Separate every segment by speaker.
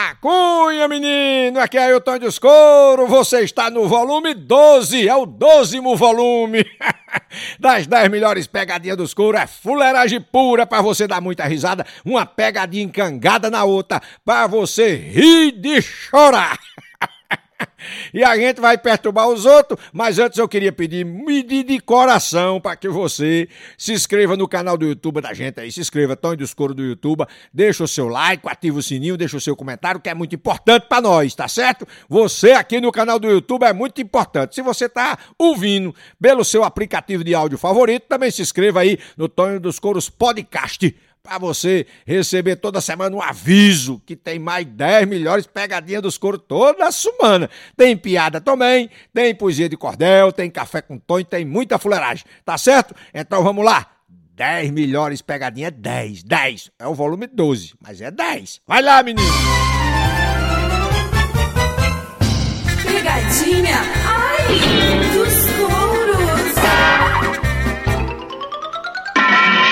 Speaker 1: Macunha, menino! Aqui é Ailton de Escouro, você está no volume 12, é o dozimo volume das 10 melhores pegadinhas dos couro, é fuleiragem pura pra você dar muita risada, uma pegadinha encangada na outra, pra você rir de chorar. E a gente vai perturbar os outros, mas antes eu queria pedir medir de coração para que você se inscreva no canal do YouTube da gente aí, se inscreva, Tonho dos Coro do YouTube, deixa o seu like, ativa o sininho, deixa o seu comentário, que é muito importante para nós, tá certo? Você aqui no canal do YouTube é muito importante. Se você tá ouvindo pelo seu aplicativo de áudio favorito, também se inscreva aí no Tonho dos Coros Podcast para você receber toda semana um aviso que tem mais 10 melhores pegadinhas dos coros toda semana. Tem piada também, tem poesia de cordel, tem café com tonho, tem muita fuleiragem, tá certo? Então vamos lá. 10 melhores pegadinhas, 10, 10. É o volume 12, mas é 10. Vai lá, menino.
Speaker 2: Pegadinha, ai, dos touros.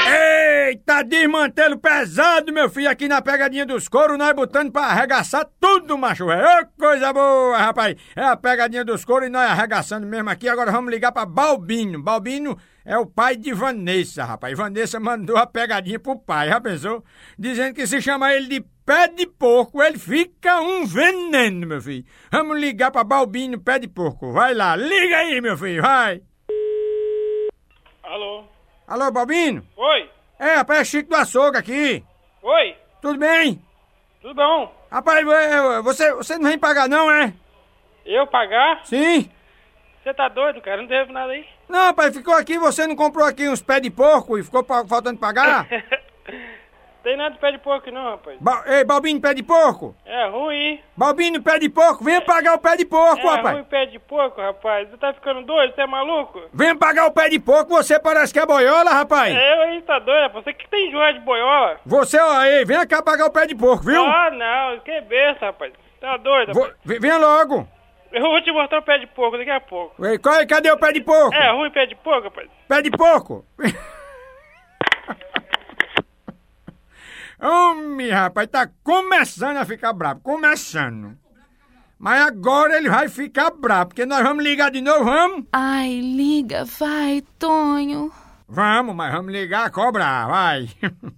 Speaker 1: Eita, desmantelo pesado, meu filho, aqui na pegadinha dos couro, nós botando pra arregaçar tudo, macho. É ô, coisa boa, rapaz. É a pegadinha dos couro e nós arregaçando mesmo aqui. Agora vamos ligar pra Balbino. Balbino é o pai de Vanessa, rapaz. Vanessa mandou a pegadinha pro pai, já pensou? Dizendo que se chamar ele de pé de porco, ele fica um veneno, meu filho. Vamos ligar pra Balbino, pé de porco. Vai lá, liga aí, meu filho, vai.
Speaker 3: Alô?
Speaker 1: Alô, Balbino?
Speaker 3: Oi?
Speaker 1: É, rapaz, é Chico do Açougue aqui.
Speaker 3: Oi?
Speaker 1: Tudo bem?
Speaker 3: Tudo bom?
Speaker 1: Rapaz, eu- eu- você, você não vem pagar não, é?
Speaker 3: Eu pagar?
Speaker 1: Sim?
Speaker 3: Você tá doido, cara? Não devo nada aí.
Speaker 1: Não, rapaz, ficou aqui, você não comprou aqui uns pés de porco e ficou pa- faltando pagar?
Speaker 3: Tem nada de pé de porco não, rapaz.
Speaker 1: Ba Ei, Balbino, pé de porco?
Speaker 3: É ruim.
Speaker 1: Balbino, pé de porco, venha pagar o pé de porco,
Speaker 3: É ruim
Speaker 1: rapaz.
Speaker 3: pé de porco, rapaz. Você tá ficando doido? Você é maluco?
Speaker 1: Venha pagar o pé de porco, você parece que é boiola, rapaz.
Speaker 3: É, eu aí tá doido, rapaz. Você que tem joia de boiola?
Speaker 1: Você, ó, ei, venha cá pagar o pé de porco, viu?
Speaker 3: Ah, não. Que besta, rapaz. Tá doido,
Speaker 1: Vo-
Speaker 3: rapaz.
Speaker 1: ve- venha logo.
Speaker 3: Eu vou te mostrar o pé de porco daqui a pouco.
Speaker 1: Ei, qual é- cadê o pé de porco?
Speaker 3: É ruim pé de porco, rapaz.
Speaker 1: Pé de porco? Homem, rapaz, tá começando a ficar brabo, começando. Mas agora ele vai ficar brabo, porque nós vamos ligar de novo, vamos?
Speaker 4: Ai, liga, vai, Tonho.
Speaker 1: Vamos, mas vamos ligar a cobrar, vai.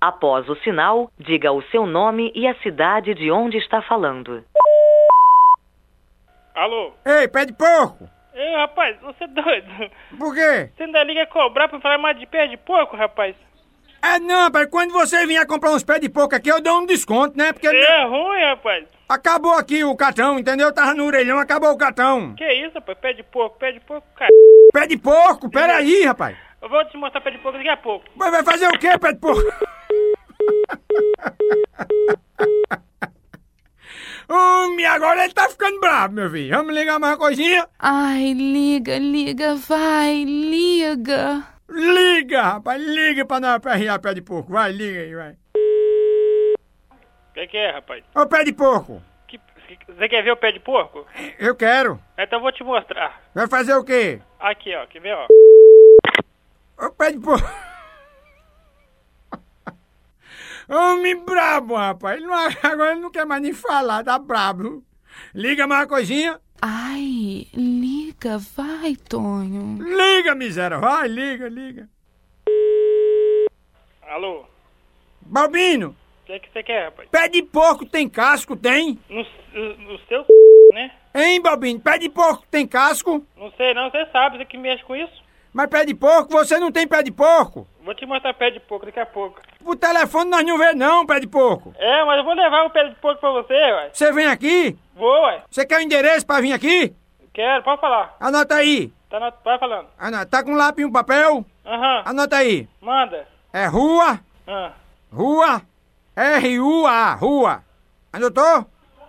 Speaker 5: Após o sinal, diga o seu nome e a cidade de onde está falando.
Speaker 3: Alô?
Speaker 1: Ei, pé de porco,
Speaker 3: Ei, rapaz, você é doido.
Speaker 1: por quê?
Speaker 3: Você ainda liga cobrar pra falar mais de pé de porco, rapaz?
Speaker 1: É não, rapaz, quando você vier comprar uns pés de porco aqui, eu dou um desconto, né? Porque
Speaker 3: É ruim, rapaz.
Speaker 1: acabou aqui o catão, entendeu? Tava no orelhão, acabou o catão.
Speaker 3: Que isso, rapaz? Pé de porco, pé de porco, cara.
Speaker 1: Pé de porco,
Speaker 3: É.
Speaker 1: peraí, rapaz.
Speaker 3: Eu vou te mostrar pé de porco daqui a pouco.
Speaker 1: Mas vai fazer o quê, pé de porco? Homem, agora ele tá ficando bravo, meu filho. Vamos ligar mais uma coisinha?
Speaker 4: Ai, liga, liga, vai, liga.
Speaker 1: Liga, rapaz, liga pra nós aperrear pé de porco. Vai, liga aí, vai.
Speaker 3: O que, que é, rapaz?
Speaker 1: Ô, pé de porco,
Speaker 3: Que- você quer ver o pé de porco?
Speaker 1: eu quero.
Speaker 3: Então eu vou te mostrar.
Speaker 1: Vai fazer o quê?
Speaker 3: Aqui, ó, quer ver, ó?
Speaker 1: Ô, pé de porco. Homem brabo, rapaz. Ele não- é- agora ele não quer mais nem falar, tá brabo. Liga mais uma coisinha.
Speaker 4: Ai, liga, vai, Tonho.
Speaker 1: Liga, miséria, vai, liga, liga.
Speaker 3: Alô?
Speaker 1: Balbino,
Speaker 3: O que, que você quer, rapaz?
Speaker 1: Pé de porco tem casco, tem?
Speaker 3: No, no, no seu c... né?
Speaker 1: Hein, Balbino? Pé de porco tem casco?
Speaker 3: Não sei não, você sabe, você que mexe com isso.
Speaker 1: Mas pé de porco, você não tem pé de porco?
Speaker 3: Vou te mostrar pé de porco daqui a pouco.
Speaker 1: O telefone nós não vê não, pé de porco.
Speaker 3: É, mas eu vou levar o pé de porco pra você, ué.
Speaker 1: Você vem aqui?
Speaker 3: Vou, ué.
Speaker 1: Você quer o endereço pra vir aqui?
Speaker 3: Quero, pode falar.
Speaker 1: Anota aí.
Speaker 3: Tá na... Vai falando.
Speaker 1: Ana- Tá com lápis e um papel?
Speaker 3: Aham,
Speaker 1: Anota aí.
Speaker 3: manda.
Speaker 1: É rua,
Speaker 3: Ah.
Speaker 1: rua, R-U-A, rua. Anotou?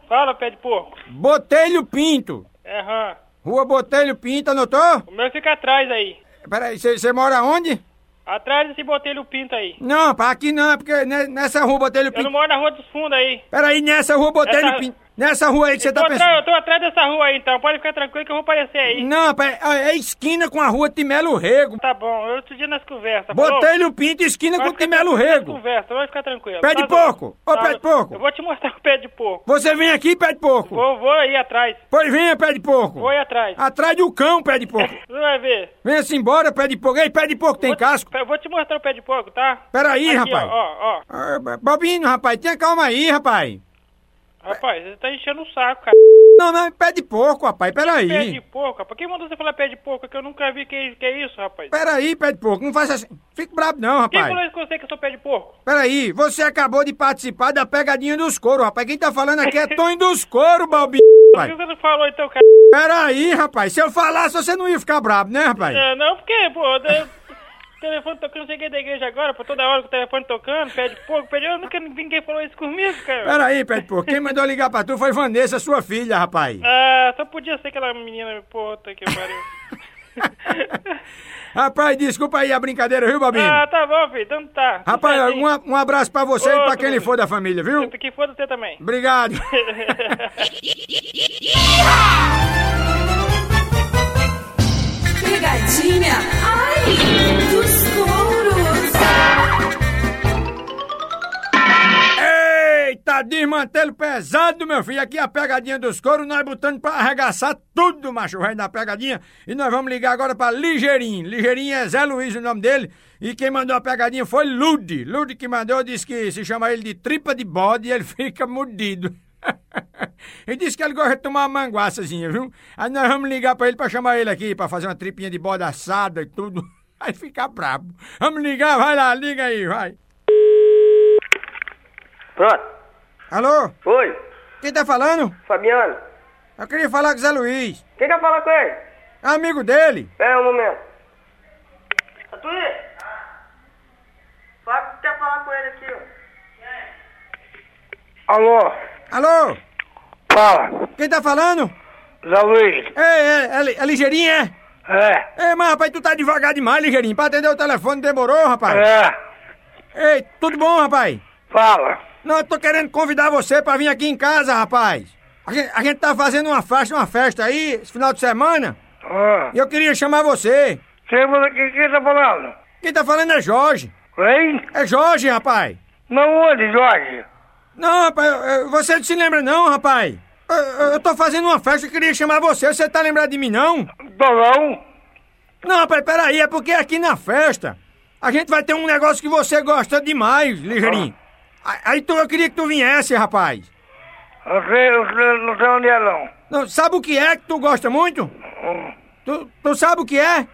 Speaker 3: Fala, pé de porco.
Speaker 1: Botelho Pinto.
Speaker 3: É, Aham.
Speaker 1: Rua Botelho Pinto, anotou?
Speaker 3: O meu fica atrás aí.
Speaker 1: Peraí, você você mora onde?
Speaker 3: Atrás desse botelho pinto aí.
Speaker 1: Não, pá, aqui não, é porque ne- nessa rua Botelho
Speaker 3: Eu não
Speaker 1: Pinto.
Speaker 3: moro na Rua dos Fundos aí.
Speaker 1: Peraí, nessa rua Botelho
Speaker 3: Essa-
Speaker 1: Pinto. Nessa rua aí que você
Speaker 3: Tô
Speaker 1: tá
Speaker 3: atrás,
Speaker 1: pensando.
Speaker 3: eu tô atrás dessa rua aí, então. Pode ficar tranquilo que eu vou aparecer aí.
Speaker 1: Não, rapaz, é é esquina com a rua Timelo Rego.
Speaker 3: Tá bom, eu te digo nas conversas. falou?
Speaker 1: Botei-lhe o pinto esquina
Speaker 3: Vai
Speaker 1: com o
Speaker 3: Tá ficar
Speaker 1: Timelo
Speaker 3: tranquilo nas
Speaker 1: Rego.
Speaker 3: Conversa, vai ficar tranquilo. Tá
Speaker 1: Pé de
Speaker 3: bom.
Speaker 1: porco. Ô, pé de porco.
Speaker 3: Eu vou te mostrar o pé de porco.
Speaker 1: Você vem aqui, pé de porco.
Speaker 3: Vou, vou aí atrás.
Speaker 1: Pois venha, pé de porco.
Speaker 3: Vou aí atrás.
Speaker 1: Atrás do cão, pé de porco.
Speaker 3: Você vai ver.
Speaker 1: Venha-se embora, pé de porco. Ei, pé de porco, tem
Speaker 3: Vou te-
Speaker 1: casco?
Speaker 3: Eu vou te mostrar o pé de porco, tá?
Speaker 1: Peraí,
Speaker 3: Aqui,
Speaker 1: rapaz.
Speaker 3: Ó, ó,
Speaker 1: Ah, Bobinho, rapaz, tenha calma aí, rapaz.
Speaker 3: ó. Rapaz, você tá enchendo o saco, cara.
Speaker 1: Não, não, pé de porco, rapaz,
Speaker 3: Pé de
Speaker 1: peraí.
Speaker 3: porco, rapaz. Quem mandou você falar pé de porco? Que eu nunca vi que, que é isso, rapaz.
Speaker 1: Peraí, pé de porco, não faça assim. Fique brabo não,
Speaker 3: Quem
Speaker 1: rapaz.
Speaker 3: falou isso com você que eu sou pé de porco?
Speaker 1: Peraí, você acabou de participar da pegadinha dos couro, rapaz. Quem tá falando aqui é Tonho dos couro, Balbinho,
Speaker 3: Por que
Speaker 1: rapaz.
Speaker 3: você não falou então, cara?
Speaker 1: Peraí, rapaz, se eu falasse, você não ia ficar brabo, né, rapaz?
Speaker 3: É, não, porque, pô, eu- o telefone tocando, cheguei é da igreja agora, pô, toda hora com o telefone tocando, pede pouco, pede. Eu nunca ninguém falou isso comigo, cara.
Speaker 1: Peraí, pé de porco, quem mandou ligar pra tu foi Vanessa, sua filha, rapaz.
Speaker 3: Ah, só podia ser aquela menina, pô, puta que pariu.
Speaker 1: Rapaz, desculpa aí a brincadeira, viu, Balbinho?
Speaker 3: ah, tá bom, filho, então tá.
Speaker 1: Rapaz,
Speaker 3: Certinho.
Speaker 1: um, a- um abraço pra você e pra quem ele for da família, viu?
Speaker 3: Que foda você também.
Speaker 1: Obrigado.
Speaker 2: Pegadinha, ai, dos touros.
Speaker 1: Eita, desmantelo pesado, meu filho. Aqui é a pegadinha dos coros, nós botando pra arregaçar tudo, macho velho, na pegadinha. E nós vamos ligar agora pra Ligeirinho. Ligeirinho é Zé Luiz o nome dele. E quem mandou a pegadinha foi Lude. Lude que mandou, disse que se chama ele de tripa de bode e ele fica mudido. e disse que ele gosta de tomar uma manguaçazinha, viu? Aí nós vamos ligar pra ele pra chamar ele aqui, pra fazer uma tripinha de bode assada e tudo. Aí fica brabo. Vamos ligar, vai lá, liga aí, vai.
Speaker 6: Pronto.
Speaker 1: Alô?
Speaker 6: Oi,
Speaker 1: Quem tá falando?
Speaker 6: Fabiano.
Speaker 1: Eu queria falar com o Zé Luiz.
Speaker 6: Quem quer falar com ele?
Speaker 1: É amigo dele.
Speaker 6: Pera um momento. Atuí! Fala que quer falar com ele aqui, ó. Alô,
Speaker 1: Alô?
Speaker 6: fala.
Speaker 1: Quem tá falando?
Speaker 6: Zé Luiz.
Speaker 1: É, é, é, li- é ligeirinho, é?
Speaker 6: É,
Speaker 1: Ei, mas rapaz, tu tá devagar demais, ligeirinho. Pra atender o telefone demorou, rapaz.
Speaker 6: é.
Speaker 1: Ei, tudo bom, rapaz?
Speaker 6: Fala.
Speaker 1: Não, eu tô querendo convidar você pra vir aqui em casa, rapaz. A gente, a gente tá fazendo uma festa, uma festa aí, esse final de semana.
Speaker 6: Ah.
Speaker 1: E eu queria chamar você.
Speaker 6: Você fala que quem tá falando?
Speaker 1: Quem tá falando é Jorge.
Speaker 6: Hein?
Speaker 1: É Jorge, rapaz.
Speaker 6: Não onde, Jorge?
Speaker 1: Não, rapaz, eu- eu- você não se lembra não, rapaz. Eu, eu- eu tô fazendo uma festa, eu queria chamar você. Você tá lembrado de mim, não?
Speaker 6: Tô não.
Speaker 1: Não, rapaz, peraí, é porque aqui na festa a gente vai ter um negócio que você gosta demais, Ligeirinho. A- Aí tu, eu queria que tu viesse, rapaz.
Speaker 6: Ah. Eu sei, eu sei, não sei onde é não. Hum.
Speaker 1: Não, sabe o que é que tu gosta muito? Tu, tu sabe o que é?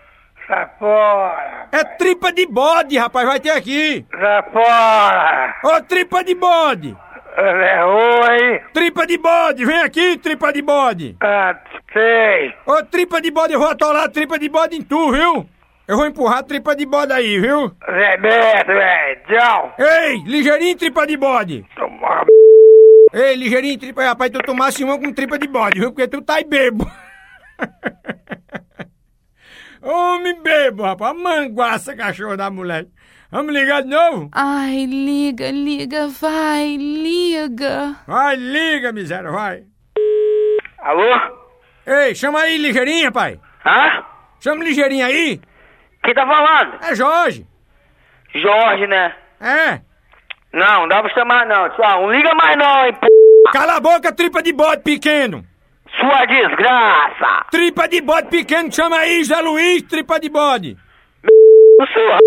Speaker 6: Sai fora.
Speaker 1: É tripa de bode, rapaz, vai ter aqui.
Speaker 6: Sai fora.
Speaker 1: Ô, tripa de bode!
Speaker 6: É ruim.
Speaker 1: Tripa de bode, vem aqui, tripa de bode!
Speaker 6: Ah, sei.
Speaker 1: Ô, tripa de bode, eu vou atolar a tripa de bode em tu, viu? Eu vou empurrar a tripa de bode aí, viu?
Speaker 6: É Remédio, velho. Tchau.
Speaker 1: Ei, ligeirinho, tripa de bode!
Speaker 6: Toma b...
Speaker 1: Ei, ligeirinho, tripa, rapaz, tu tomasse uma com tripa de bode, viu? Porque tu tá aí bebo. Homem bebo, rapaz. Manguaça, cachorro da mulher. Vamos ligar de novo?
Speaker 4: Ai, liga, liga, vai, liga.
Speaker 1: Vai, liga, miséria, vai.
Speaker 6: Alô?
Speaker 1: Ei, chama aí, ligeirinho, rapaz.
Speaker 6: Hã?
Speaker 1: Chama o ligeirinho aí.
Speaker 6: Quem tá falando?
Speaker 1: É Jorge.
Speaker 6: Jorge, né?
Speaker 1: É.
Speaker 6: Não, não dá pra chamar não, tchau. Não liga mais não, hein, p...
Speaker 1: Cala a boca, tripa de bode pequeno.
Speaker 6: Sua desgraça.
Speaker 1: Tripa de bode pequeno, chama aí, Zé Luiz, tripa de bode.
Speaker 6: O seu r...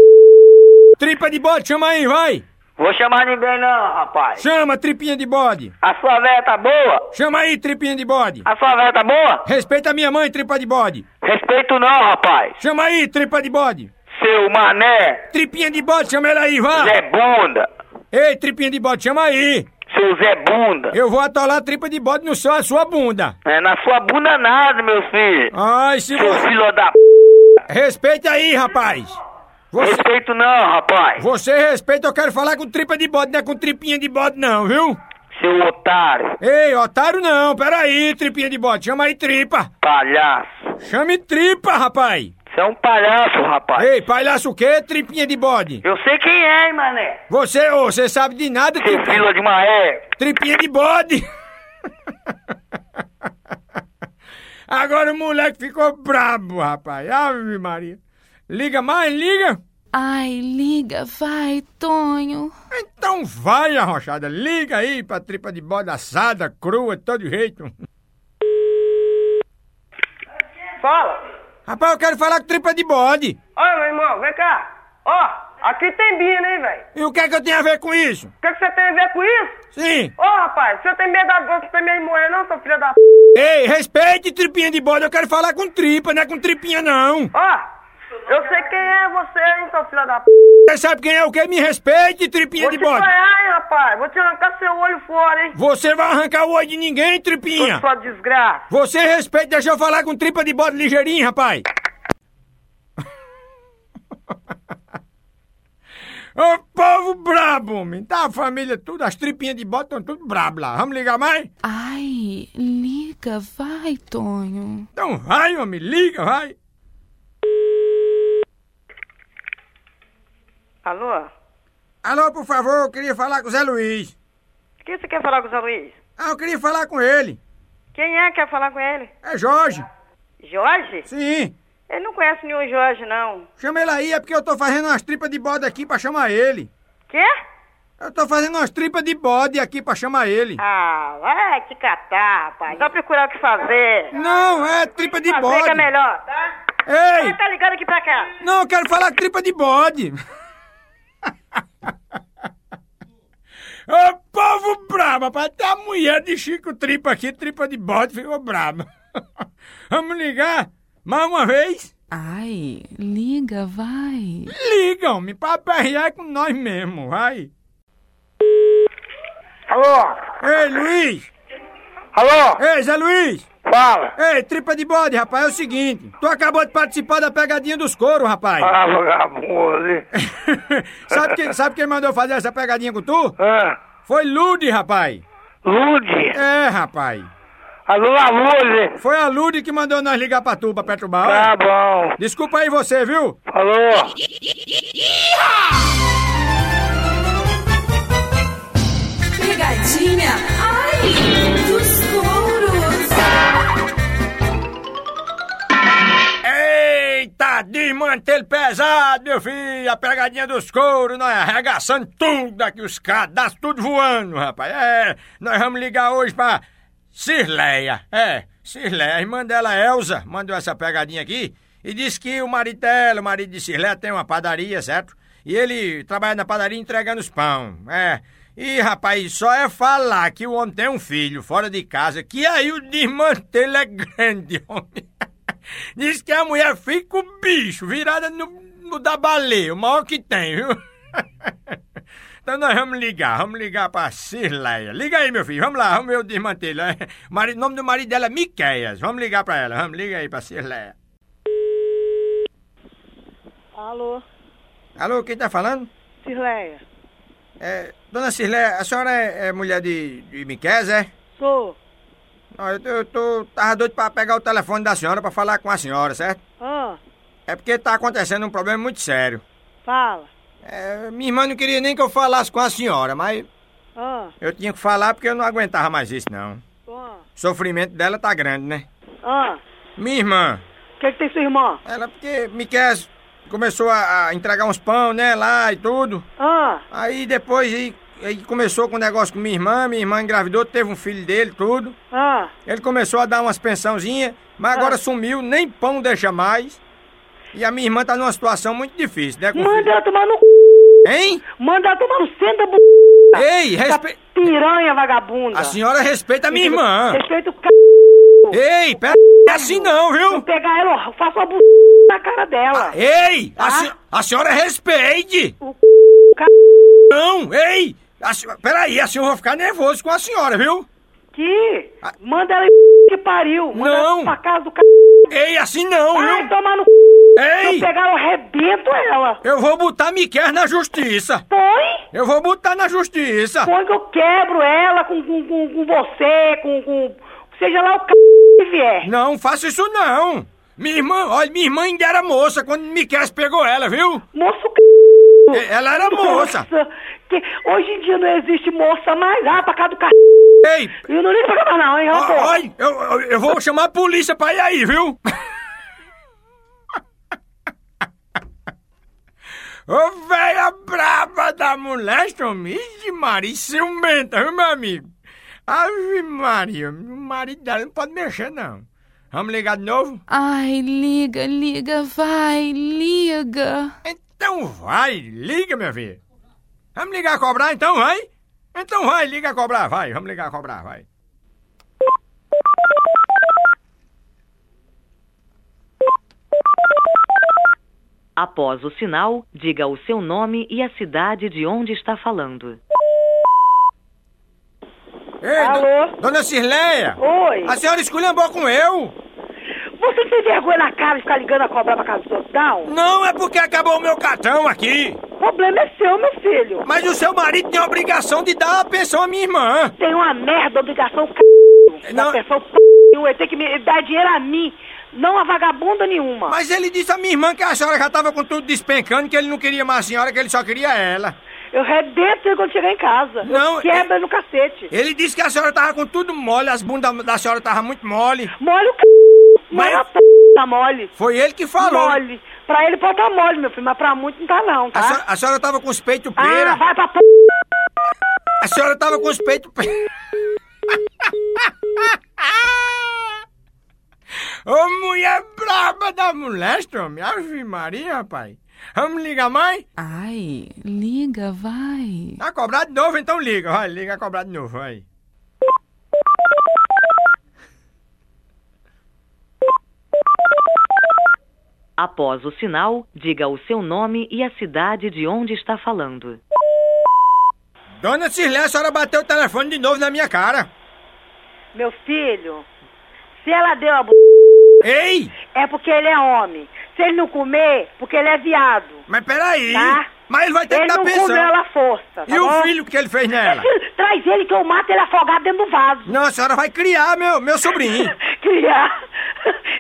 Speaker 1: Tripa de bode, chama aí, vai.
Speaker 6: Vou chamar ninguém não, rapaz.
Speaker 1: Chama, tripinha de bode.
Speaker 6: A sua véia tá boa?
Speaker 1: Chama aí, tripinha de bode.
Speaker 6: A sua véia tá boa?
Speaker 1: Respeita a minha mãe, tripa de bode.
Speaker 6: Respeito não, rapaz.
Speaker 1: Chama aí, tripa de bode.
Speaker 6: Seu mané.
Speaker 1: Tripinha de bode, chama ela aí, vá.
Speaker 6: Zé Bunda.
Speaker 1: Ei, tripinha de bode, chama aí.
Speaker 6: Seu Zé Bunda.
Speaker 1: Eu vou atolar a tripa de bode no seu, a sua bunda.
Speaker 6: É na sua bunda nada, meu filho.
Speaker 1: Ai, se
Speaker 6: Seu
Speaker 1: você...
Speaker 6: filho da p...
Speaker 1: Respeita aí, rapaz. Você,
Speaker 6: Respeito não, rapaz.
Speaker 1: você respeita, eu quero falar com tripa de bode, não é com tripinha de bode não, viu?
Speaker 6: Seu otário.
Speaker 1: Ei, otário não, peraí, tripinha de bode, chama aí tripa.
Speaker 6: Palhaço.
Speaker 1: Chame tripa, rapaz.
Speaker 6: Você é um palhaço, rapaz.
Speaker 1: Ei, palhaço o quê, tripinha de bode?
Speaker 6: Eu sei quem é, hein, mané.
Speaker 1: Você, ô, você sabe de nada,
Speaker 6: Seu
Speaker 1: tripinha,
Speaker 6: fila de maé.
Speaker 1: tripinha de bode. Agora o moleque ficou brabo, rapaz. Ave Maria. Liga mais, liga.
Speaker 4: Ai, liga, vai, Tonho.
Speaker 1: Então vai, arrochada. Liga aí pra tripa de bode assada, crua, de todo jeito.
Speaker 6: Fala.
Speaker 1: Rapaz, eu quero falar com tripa de bode.
Speaker 6: Olha, meu irmão, vem cá. Ó, aqui tem Bina, hein, velho?
Speaker 1: E o que é que eu tenho a ver com isso?
Speaker 6: O que, que você tem a ver com isso?
Speaker 1: Sim.
Speaker 6: Ô, rapaz, você tem medo da você tem medo de morrer, não, seu filho da p.
Speaker 1: Ei, respeite tripinha de bode. Eu quero falar com tripa, não é com tripinha, não.
Speaker 6: Ó, eu sei quem é você, hein, seu filho da p.
Speaker 1: Você sabe quem é o que? Me respeite, tripinha
Speaker 6: Vou
Speaker 1: de
Speaker 6: te
Speaker 7: é.
Speaker 1: bode.
Speaker 6: ganhar, hein, rapaz. Vou te arrancar seu olho fora, hein.
Speaker 1: Você vai arrancar o olho de ninguém,
Speaker 6: Sua
Speaker 1: tripinha.
Speaker 6: sua desgraça.
Speaker 1: Você respeita, deixa eu falar com tripa de bode ligeirinho, rapaz. Ô povo brabo, homem. Tá a família tudo, as tripinhas de bode estão tudo brabo lá. Vamos ligar mais?
Speaker 4: Ai, liga, vai, Tonho.
Speaker 1: Então vai, homem, liga, vai.
Speaker 6: Alô?
Speaker 1: Alô, por favor, eu queria falar com o Zé Luiz.
Speaker 6: Quem você quer falar com o Zé Luiz?
Speaker 1: Ah, eu queria falar com ele.
Speaker 6: Quem é que quer falar com ele?
Speaker 1: É Jorge.
Speaker 6: Jorge?
Speaker 1: Sim.
Speaker 6: Ele não conhece nenhum Jorge, não.
Speaker 1: Chama ele aí, é porque eu tô fazendo umas tripas de bode aqui pra chamar ele.
Speaker 6: Quê?
Speaker 1: Eu tô fazendo umas tripas de bode aqui pra chamar ele.
Speaker 6: Ah, vai te catar, rapaz. Só procurar o que fazer.
Speaker 1: Não, é tripa de
Speaker 6: fazer que é
Speaker 1: bode.
Speaker 6: melhor, tá?
Speaker 1: Ei!
Speaker 6: Quem tá ligando aqui pra cá?
Speaker 1: Não, eu quero falar tripa de bode. Ô, povo brabo, rapaz. Até a mulher de Chico Tripa aqui, tripa de bode, ficou braba. Vamos ligar mais uma vez?
Speaker 4: Ai, liga, vai.
Speaker 1: Ligam-me pra aperrear é com nós mesmo, vai.
Speaker 6: Alô?
Speaker 1: Ei, Luiz!
Speaker 6: Alô?
Speaker 1: Ei, Zé Luiz!
Speaker 6: Fala.
Speaker 1: Ei, tripa de bode, rapaz, é o seguinte. Tu acabou de participar da pegadinha dos couro, rapaz.
Speaker 6: Ah, vagabundo.
Speaker 1: sabe, quem, sabe quem mandou fazer essa pegadinha com tu?
Speaker 6: Ah,
Speaker 1: Foi Lude, rapaz.
Speaker 6: Lude.
Speaker 1: É, rapaz.
Speaker 6: Alô, Lude.
Speaker 1: Foi a Lude que mandou nós ligar pra tu, pra Petrobal. é?
Speaker 6: Tá bom.
Speaker 1: Desculpa aí você, viu?
Speaker 6: Falou.
Speaker 2: Pegadinha, ai, dos touros.
Speaker 1: Eita, desmantelho pesado, meu filho. A pegadinha dos couros, nós arregaçando tudo aqui, os cadastros tudo voando, rapaz. É, nós vamos ligar hoje pra Cirleia. É, Cirleia, a irmã dela, Elza, mandou essa pegadinha aqui e disse que o marido dela, o marido de Cirleia, tem uma padaria, certo? E ele trabalha na padaria entregando os pão, é. E, rapaz, só é falar que o homem tem um filho fora de casa, que aí o desmantelho é grande, homem. Diz que a mulher fica o bicho, virada no, no da baleia, o maior que tem, viu? Então nós vamos ligar, vamos ligar pra Cirleia. Liga aí, meu filho, vamos lá, vamos ver o desmantelho. né? O mari- nome do marido dela é Miqueias. Vamos ligar pra ela, vamos, liga aí pra Cirleia.
Speaker 8: Alô,
Speaker 1: Alô, quem tá falando?
Speaker 8: Cirleia.
Speaker 1: É, dona Cirleia, a senhora é, é mulher de, de Miqueias, é?
Speaker 8: Sou.
Speaker 1: Não, eu, tô- eu tô, tava doido pra pegar o telefone da senhora pra falar com a senhora, certo?
Speaker 8: Ah,
Speaker 1: É porque tá acontecendo um problema muito sério.
Speaker 8: fala.
Speaker 1: É, minha irmã não queria nem que eu falasse com a senhora, mas
Speaker 8: Ah,
Speaker 1: Eu tinha que falar porque eu não aguentava mais isso, não.
Speaker 8: ah,
Speaker 1: O sofrimento dela tá grande, né?
Speaker 8: ah.
Speaker 1: Minha irmã,
Speaker 8: O que, que tem sua irmã?
Speaker 1: ela porque me quer. Começou a, a entregar uns pão, né, lá e tudo.
Speaker 8: Ah,
Speaker 1: Aí depois aí, aí começou com o negócio com minha irmã, minha irmã engravidou, teve um filho dele, tudo.
Speaker 8: ah.
Speaker 1: Ele começou a dar umas pensãozinhas, mas agora sumiu, nem pão deixa mais. E a minha irmã tá numa situação muito difícil, né? Com o
Speaker 8: Manda
Speaker 1: filho.
Speaker 8: ela tomar no c...
Speaker 1: Hein?
Speaker 8: Manda ela tomar no centro da Tá b...
Speaker 1: Ei, respeita.
Speaker 8: piranha vagabunda.
Speaker 1: A senhora respeita a minha irmã.
Speaker 8: Respeita o c...
Speaker 1: Ei, pera. É assim não, viu?
Speaker 8: Eu pegar ela, eu faço uma b... na cara dela.
Speaker 1: Ei! A,
Speaker 8: Ah?
Speaker 1: se- a senhora respeite!
Speaker 8: O c-
Speaker 1: Não! Ei! A se- Peraí, assim eu vou ficar nervoso com a senhora, viu?
Speaker 8: Que?
Speaker 1: Ah.
Speaker 8: Manda ela ir que pariu. Manda
Speaker 1: Não.
Speaker 8: ela pra casa do c...
Speaker 1: Ei, assim não,
Speaker 8: Vai
Speaker 1: viu?
Speaker 8: tomar no c... Se eu
Speaker 1: Ei!
Speaker 8: pegar ela, eu arrebento ela.
Speaker 1: Eu vou botar Miquel na justiça!
Speaker 8: Põe.
Speaker 1: Eu vou botar na justiça!
Speaker 8: Põe que eu quebro é? ela com, com, com, com você, com, com. Seja lá o c que vier.
Speaker 1: Não faça isso não! Minha irmã, olha, minha irmã ainda era moça quando Miquel pegou ela, viu?
Speaker 8: Moço
Speaker 1: E-
Speaker 8: c.
Speaker 1: Ela era moça!
Speaker 8: Que hoje em dia não existe moça mais. Ah, pra cá do c.
Speaker 1: Ei,
Speaker 8: E eu não ligo pra cá mais não, hein,
Speaker 1: ó,
Speaker 8: rapaz?
Speaker 1: olha, eu, eu- eu vou chamar a polícia pra ir aí, viu? Ô, velha brava da mulher, de Maria, ciumenta, viu, meu amigo? Ave Maria, o marido dela não pode mexer, não. Vamos ligar de novo?
Speaker 4: Ai, liga, liga, vai, liga.
Speaker 1: Então vai, liga, minha filha. Vamos ligar a cobrar, então, vai? Então vai, liga a cobrar, vai. Vamos ligar a cobrar, vai.
Speaker 5: Após o sinal, diga o seu nome e a cidade de onde está falando.
Speaker 1: Ei,
Speaker 8: Alô?
Speaker 1: do- Dona Cirleia!
Speaker 8: Oi.
Speaker 1: A senhora esculhambou com eu?
Speaker 8: Você não tem vergonha na cara de ficar ligando a cobrar pra casa dos outros, não?
Speaker 1: Não, é porque acabou o meu cartão aqui.
Speaker 8: O problema é seu, meu filho.
Speaker 1: Mas o seu marido tem a obrigação de dar a pensão à minha irmã. Então-
Speaker 8: Tem uma merda, obrigação, c...
Speaker 1: Não.
Speaker 8: Uma pessoa, p... Ele tem que me dar dinheiro a mim, não a vagabunda nenhuma.
Speaker 1: Mas ele disse à minha irmã que a senhora já tava com tudo despencando, que ele não queria mais a senhora, que ele só queria ela.
Speaker 8: Eu rebento ele quando chegar em casa.
Speaker 1: Não,
Speaker 8: Eu quebro ele no cacete.
Speaker 1: Ele disse que a senhora tava com tudo mole, as bundas da senhora tava muito mole.
Speaker 8: Molha o c...
Speaker 1: Mas-
Speaker 8: Molha a p... Tá mole.
Speaker 1: Foi ele que falou.
Speaker 8: Mole. Pra ele pode tá mole, meu filho, mas pra muito não tá não, tá?
Speaker 1: A, senhora, a senhora tava com os peitos
Speaker 8: Ah,
Speaker 1: pera.
Speaker 8: vai pra p...
Speaker 1: A senhora tava com os peitos. pe- Ô mulher braba da molesta, homem. Ave Maria, rapaz. Vamos ligar mais?
Speaker 4: Ai, liga, vai.
Speaker 1: Tá cobrado de novo, então liga. Vai, liga cobrar de novo, vai.
Speaker 5: Após o sinal, diga o seu nome e a cidade de onde está falando.
Speaker 1: Dona Cirlé, a senhora bateu o telefone de novo na minha cara.
Speaker 8: Meu filho, se ela deu a b...
Speaker 1: Ei!
Speaker 8: é porque ele é homem. Se ele não comer, porque ele é viado.
Speaker 1: Mas peraí!
Speaker 8: Tá.
Speaker 1: Mas ele vai ter
Speaker 8: Ele
Speaker 1: que dar
Speaker 8: não comeu
Speaker 1: pensão.
Speaker 8: ela à força, tá
Speaker 1: E
Speaker 8: bom?
Speaker 1: o filho que ele fez nela?
Speaker 8: Filho, Traz ele que eu mato ele afogado dentro do vaso.
Speaker 1: Não, a senhora vai criar meu, meu sobrinho.
Speaker 8: Criar.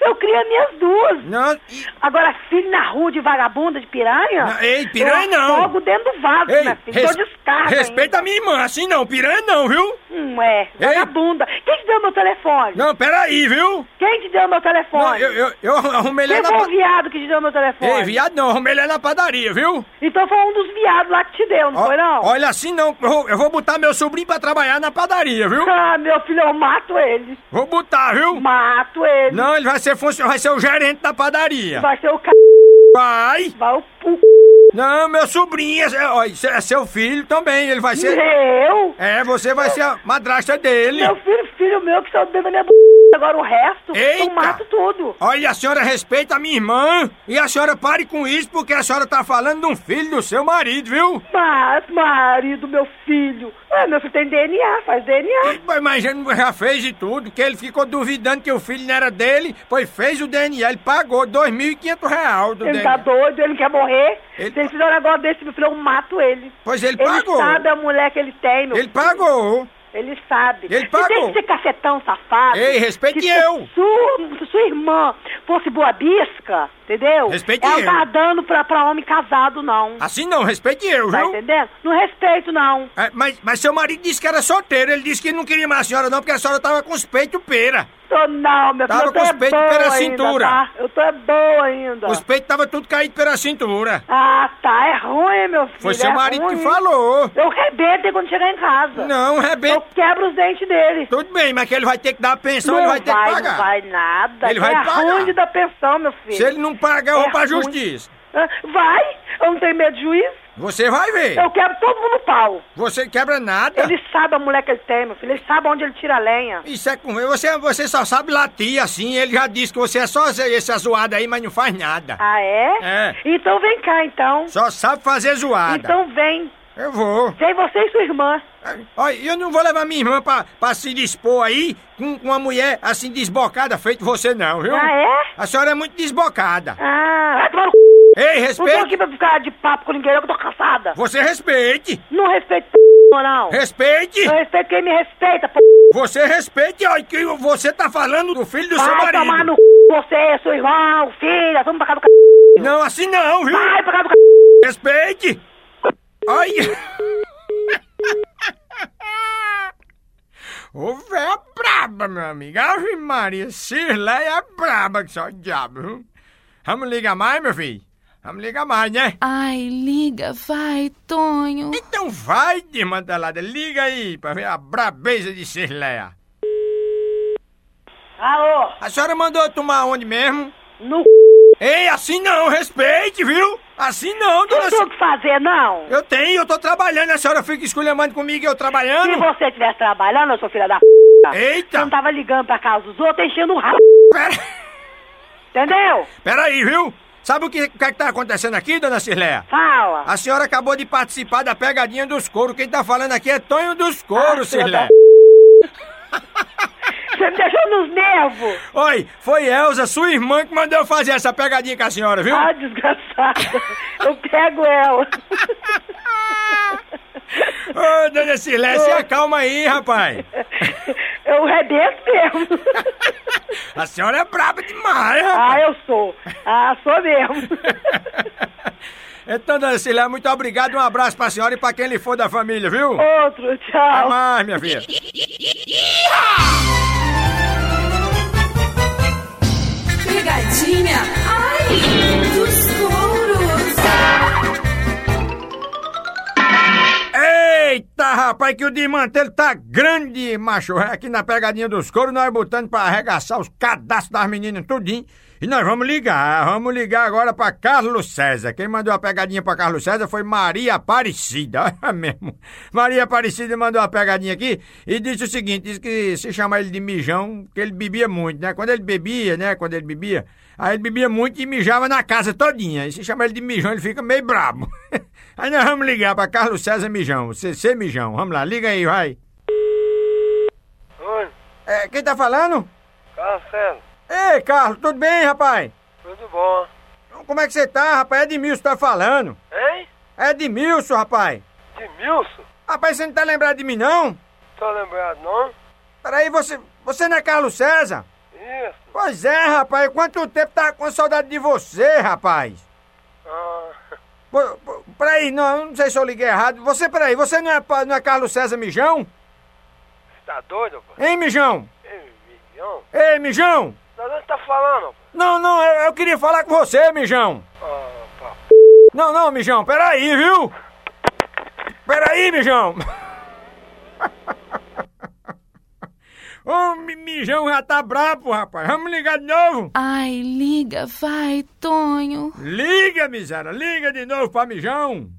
Speaker 8: Eu crio as minhas duas.
Speaker 1: Não, e-
Speaker 8: Agora, filho na rua de vagabunda, de piranha?
Speaker 1: Não, ei, piranha
Speaker 8: eu
Speaker 1: não.
Speaker 8: afogo dentro do vaso,
Speaker 1: Ei,
Speaker 8: minha filha.
Speaker 1: res-
Speaker 8: Dou descarga.
Speaker 1: respeita a minha irmã, assim não, piranha não, viu?
Speaker 8: ainda. Hum, é. Vagabunda. Quem te deu meu telefone?
Speaker 1: Não, peraí, viu?
Speaker 8: Quem te deu meu telefone?
Speaker 1: Não, eu, eu, eu arrumei ele
Speaker 8: Quem
Speaker 1: na
Speaker 8: foi o
Speaker 1: padaria.
Speaker 8: viado que te deu meu telefone?
Speaker 1: Ei, viado não, arrumei ele na padaria, viu?
Speaker 8: Então foi um dos viados lá que te deu, não
Speaker 1: Ó,
Speaker 8: foi não?
Speaker 1: Olha, assim não, eu, vou- eu vou botar meu sobrinho pra trabalhar na padaria, viu?
Speaker 8: Ah, meu filho, eu mato ele.
Speaker 1: Vou botar, viu?
Speaker 8: Mato ele.
Speaker 1: Não, ele vai ser funcionário, vai ser o gerente da padaria.
Speaker 8: Vai ser o c...
Speaker 1: Vai!
Speaker 8: Vai o p...
Speaker 1: Não, meu sobrinho, é, ó, isso é seu filho também, ele vai ser...
Speaker 8: Meu?
Speaker 1: É, você vai ser a madrasta dele.
Speaker 8: Meu filho, filho meu que saiu dentro da minha b... Agora o resto,
Speaker 1: Eita.
Speaker 8: eu mato tudo.
Speaker 1: Olha, a senhora respeita a minha irmã e a senhora pare com isso porque a senhora tá falando de um filho do seu marido, viu?
Speaker 8: Mas, marido, meu filho. Ah, meu filho tem DNA, faz DNA.
Speaker 1: Mas, mas ele já fez de tudo, que ele ficou duvidando que o filho não era dele, pois fez o DNA, ele pagou R$ 2.500 real do
Speaker 8: Ele
Speaker 1: DNA.
Speaker 8: tá doido, ele quer morrer.
Speaker 1: Ele-
Speaker 8: Se ele fizer um negócio desse, meu filho, eu mato ele.
Speaker 1: Pois ele
Speaker 8: Ele
Speaker 1: pagou.
Speaker 8: sabe a mulher que ele tem, meu
Speaker 1: Ele
Speaker 8: filho.
Speaker 1: pagou.
Speaker 8: Ele sabe.
Speaker 1: Ele
Speaker 8: E tem
Speaker 1: pagou.
Speaker 8: que ser cafetão safado.
Speaker 1: Ei, respeite
Speaker 8: que
Speaker 1: eu.
Speaker 8: Se sua, se sua irmã fosse boa bisca, entendeu?
Speaker 1: Respeite
Speaker 8: Ela
Speaker 1: eu.
Speaker 8: não tá dando pra, pra homem casado, não.
Speaker 1: Assim não, respeite eu,
Speaker 8: Tá
Speaker 1: viu?
Speaker 8: entendendo? Não respeito, não.
Speaker 1: É, mas, mas seu marido disse que era solteiro, ele disse que não queria mais a senhora não, porque a senhora tava com os peitos pera.
Speaker 8: Tô não, meu filho.
Speaker 1: Tava
Speaker 8: Eu tô
Speaker 1: com os
Speaker 8: é
Speaker 1: peitos
Speaker 8: boa
Speaker 1: Tá pela
Speaker 8: ainda,
Speaker 1: cintura.
Speaker 8: tá? Eu tô é boa ainda.
Speaker 1: Os peitos tava tudo caído pela cintura.
Speaker 8: Ah, tá. É ruim, meu filho.
Speaker 1: Foi seu
Speaker 8: é
Speaker 1: marido
Speaker 8: ruim.
Speaker 1: que falou.
Speaker 8: Eu rebento ele quando chegar em casa.
Speaker 1: Não,
Speaker 8: Eu
Speaker 1: rebenta.
Speaker 8: quebro os dentes dele.
Speaker 1: Tudo bem, mas que ele vai ter que dar a pensão,
Speaker 8: não
Speaker 1: ele vai ter que pagar.
Speaker 8: não vai nada.
Speaker 1: Ele vai
Speaker 8: é
Speaker 1: pagar.
Speaker 8: ruim de dar pensão, meu filho.
Speaker 1: Se ele não pagar, eu vou
Speaker 8: É
Speaker 1: pra
Speaker 8: ruim.
Speaker 1: justiça.
Speaker 8: Ah, Vai! Eu não tenho medo de juiz.
Speaker 1: Você vai ver.
Speaker 8: Eu quebro todo mundo no pau.
Speaker 1: Você quebra nada.
Speaker 8: Ele sabe a mulher que ele tem, meu filho. Ele sabe onde ele tira a lenha.
Speaker 1: Isso é com você, você só sabe latir assim. Ele já disse que você é só esse esse zoado aí, mas não faz nada.
Speaker 8: Ah, é?
Speaker 1: É.
Speaker 8: Então vem cá, então.
Speaker 1: Só sabe fazer zoada.
Speaker 8: Então vem.
Speaker 1: Eu vou.
Speaker 8: Vem você e sua irmã.
Speaker 1: Olha, eu não vou levar minha irmã pra, pra se dispor aí com, com uma mulher assim desbocada, feito você não, viu?
Speaker 8: Ah, é?
Speaker 1: A senhora é muito desbocada.
Speaker 8: Ah, vai tomar no c...
Speaker 1: Ei,
Speaker 8: Não tô
Speaker 1: respeite.
Speaker 8: aqui pra ficar de papo com ninguém, não, que eu tô cansada.
Speaker 1: Você respeite.
Speaker 8: Não respeito p... não.
Speaker 1: Respeite.
Speaker 8: Eu respeito quem me respeita, p...
Speaker 1: Você respeite. Olha, que você tá falando do filho do seu
Speaker 8: Vai
Speaker 1: marido.
Speaker 8: tomar no c... você, seu irmão, filha. Vamos pra casa do c...
Speaker 1: Não, assim não, viu?
Speaker 8: Vai pra casa do c...
Speaker 1: Respeite! Ai! Ô, véia é braba, meu amigo. Ave Maria, Cirleia é braba que só o diabo. viu? Vamos ligar mais, meu filho? Vamos ligar mais, né?
Speaker 4: Ai, liga, vai, Tonho.
Speaker 1: Então vai, desmantelada. Liga aí pra ver a brabeza de Cirleia.
Speaker 8: Alô,
Speaker 1: A senhora mandou eu tomar onde mesmo?
Speaker 8: no c...
Speaker 1: Ei, assim não, respeite, viu? Assim não,
Speaker 8: não
Speaker 1: dona
Speaker 8: tem o
Speaker 1: Ci-
Speaker 8: que fazer, não.
Speaker 1: Eu tenho, eu tô trabalhando, a senhora fica esculhambando comigo e eu
Speaker 8: Se
Speaker 1: trabalhando?
Speaker 8: você estivesse trabalhando, eu sou filha da p... Você
Speaker 1: Eita!
Speaker 8: não tava ligando pra casa dos outros, enchendo o rabo,
Speaker 1: Pera...
Speaker 8: entendeu?
Speaker 1: Peraí, viu? Sabe o que, o que é que tá acontecendo aqui, dona Cirleia?
Speaker 8: Fala.
Speaker 1: A senhora acabou de participar da pegadinha dos couro. Quem tá falando aqui é Tonho dos Couro,
Speaker 8: Ah, filha
Speaker 1: Cirleia.
Speaker 8: Você me deixou nos nervos.
Speaker 1: Oi, foi Elza, sua irmã, que mandou eu fazer essa pegadinha com a senhora, viu?
Speaker 8: Ah, desgraçada. Eu pego ela.
Speaker 1: Ô, dona Cirleia, se acalma aí, rapaz.
Speaker 8: Eu rebento mesmo.
Speaker 1: A senhora é braba demais,
Speaker 8: Ah,
Speaker 1: rapaz.
Speaker 8: eu sou. Ah, sou mesmo.
Speaker 1: Então, dona Cirleia, muito obrigado. Um abraço pra senhora e pra quem lhe for da família, viu?
Speaker 8: Outro,
Speaker 1: Até
Speaker 8: tchau.
Speaker 1: mais, minha filha.
Speaker 2: Pegadinha, ai, dos touros.
Speaker 1: Eita, rapaz, que o desmantelo tá grande, macho. É Aqui na pegadinha dos couro, nós botando pra arregaçar os cadastros das meninas tudinho. E nós vamos ligar, vamos ligar agora pra Carlos César. Quem mandou a pegadinha pra Carlos César foi Maria Aparecida, olha mesmo. Maria Aparecida mandou a pegadinha aqui e disse o seguinte, disse que se chama ele de mijão, porque ele bebia muito, né? Quando ele bebia, né? Quando ele bebia, aí ele bebia muito e mijava na casa todinha. E se chama ele de mijão, ele fica meio brabo. Aí nós vamos ligar pra Carlos César Mijão, CC Mijão. Vamos lá, liga aí, vai.
Speaker 6: Oi,
Speaker 1: É, quem tá falando?
Speaker 6: Carcelo,
Speaker 1: Ei, Carlos, tudo bem, rapaz?
Speaker 6: Tá, tudo bom?
Speaker 1: Como é que você tá, rapaz? Edmilson tá falando.
Speaker 6: Hein?
Speaker 1: É Edmilson, rapaz.
Speaker 6: De Milson?
Speaker 1: Rapaz, você não tá lembrado de mim, não?
Speaker 6: Tô lembrado, não?
Speaker 1: Peraí, você, você não é Carlos César?
Speaker 6: Isso.
Speaker 1: Pois é, rapaz, quanto tempo tá com saudade de você, rapaz?
Speaker 6: Ah,
Speaker 1: Pô, pô, Peraí, não, eu não sei se eu liguei errado. Você, peraí, você não é, pa- não é Carlos César Mijão?
Speaker 6: você tá doido, pô?
Speaker 1: Hein, Mijão?
Speaker 6: Ei, milhão.
Speaker 1: Ei, Mijão?
Speaker 6: Nós não tá falando, pô.
Speaker 1: Não, não, eu, eu queria falar com você, Mijão.
Speaker 6: Ah, pá.
Speaker 1: Não, não, mijão, peraí, viu? Peraí, mijão. Ô, mi- mijão já tá brabo, rapaz. Vamos ligar de novo?
Speaker 4: Ai, liga, vai, Tonho.
Speaker 1: Liga, miséria, liga de novo pra mijão.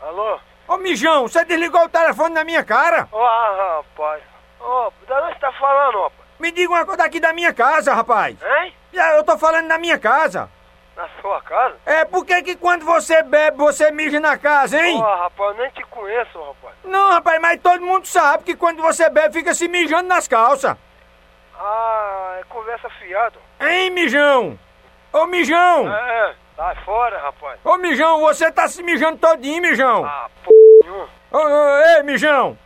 Speaker 6: Alô?
Speaker 1: Ô, mijão, você desligou o telefone na minha cara.
Speaker 6: Ó, ah, rapaz. Ô, da onde você tá falando, ó? pô?
Speaker 1: Me diga uma coisa aqui da minha casa, rapaz.
Speaker 6: Hein?
Speaker 1: É, Eu tô falando na minha casa.
Speaker 6: Na sua casa?
Speaker 1: É, por que que quando você bebe, você mija na casa, hein?
Speaker 6: Ó, ah, rapaz, eu nem te conheço, rapaz.
Speaker 1: Não, rapaz, mas todo mundo sabe que quando você bebe, fica se mijando nas calças.
Speaker 6: Ah, é conversa fiada.
Speaker 1: Hein, mijão? Ô, mijão!
Speaker 6: É, sai fora, rapaz.
Speaker 1: Ô, mijão, você tá se mijando todinho, mijão!
Speaker 6: Ah, p... nenhum.
Speaker 1: Ô, ô, ei, mijão!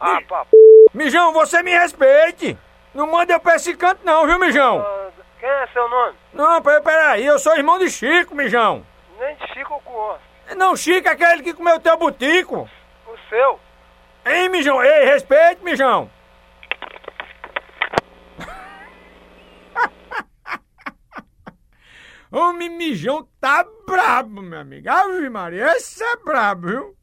Speaker 6: Ah, pá, p...
Speaker 1: Mijão, você me respeite! Não manda eu pra esse canto não, viu, mijão?
Speaker 6: Ah, Quem é seu nome?
Speaker 1: Não, pe- peraí, eu sou irmão de Chico, mijão!
Speaker 6: Nem de Chico Cuan.
Speaker 1: Não, Chico é aquele que comeu teu butico!
Speaker 6: O seu?
Speaker 1: Hein, mijão? Ei, respeite, mijão! O mijão tá brabo, meu amigo. Ave Maria, esse é brabo, viu?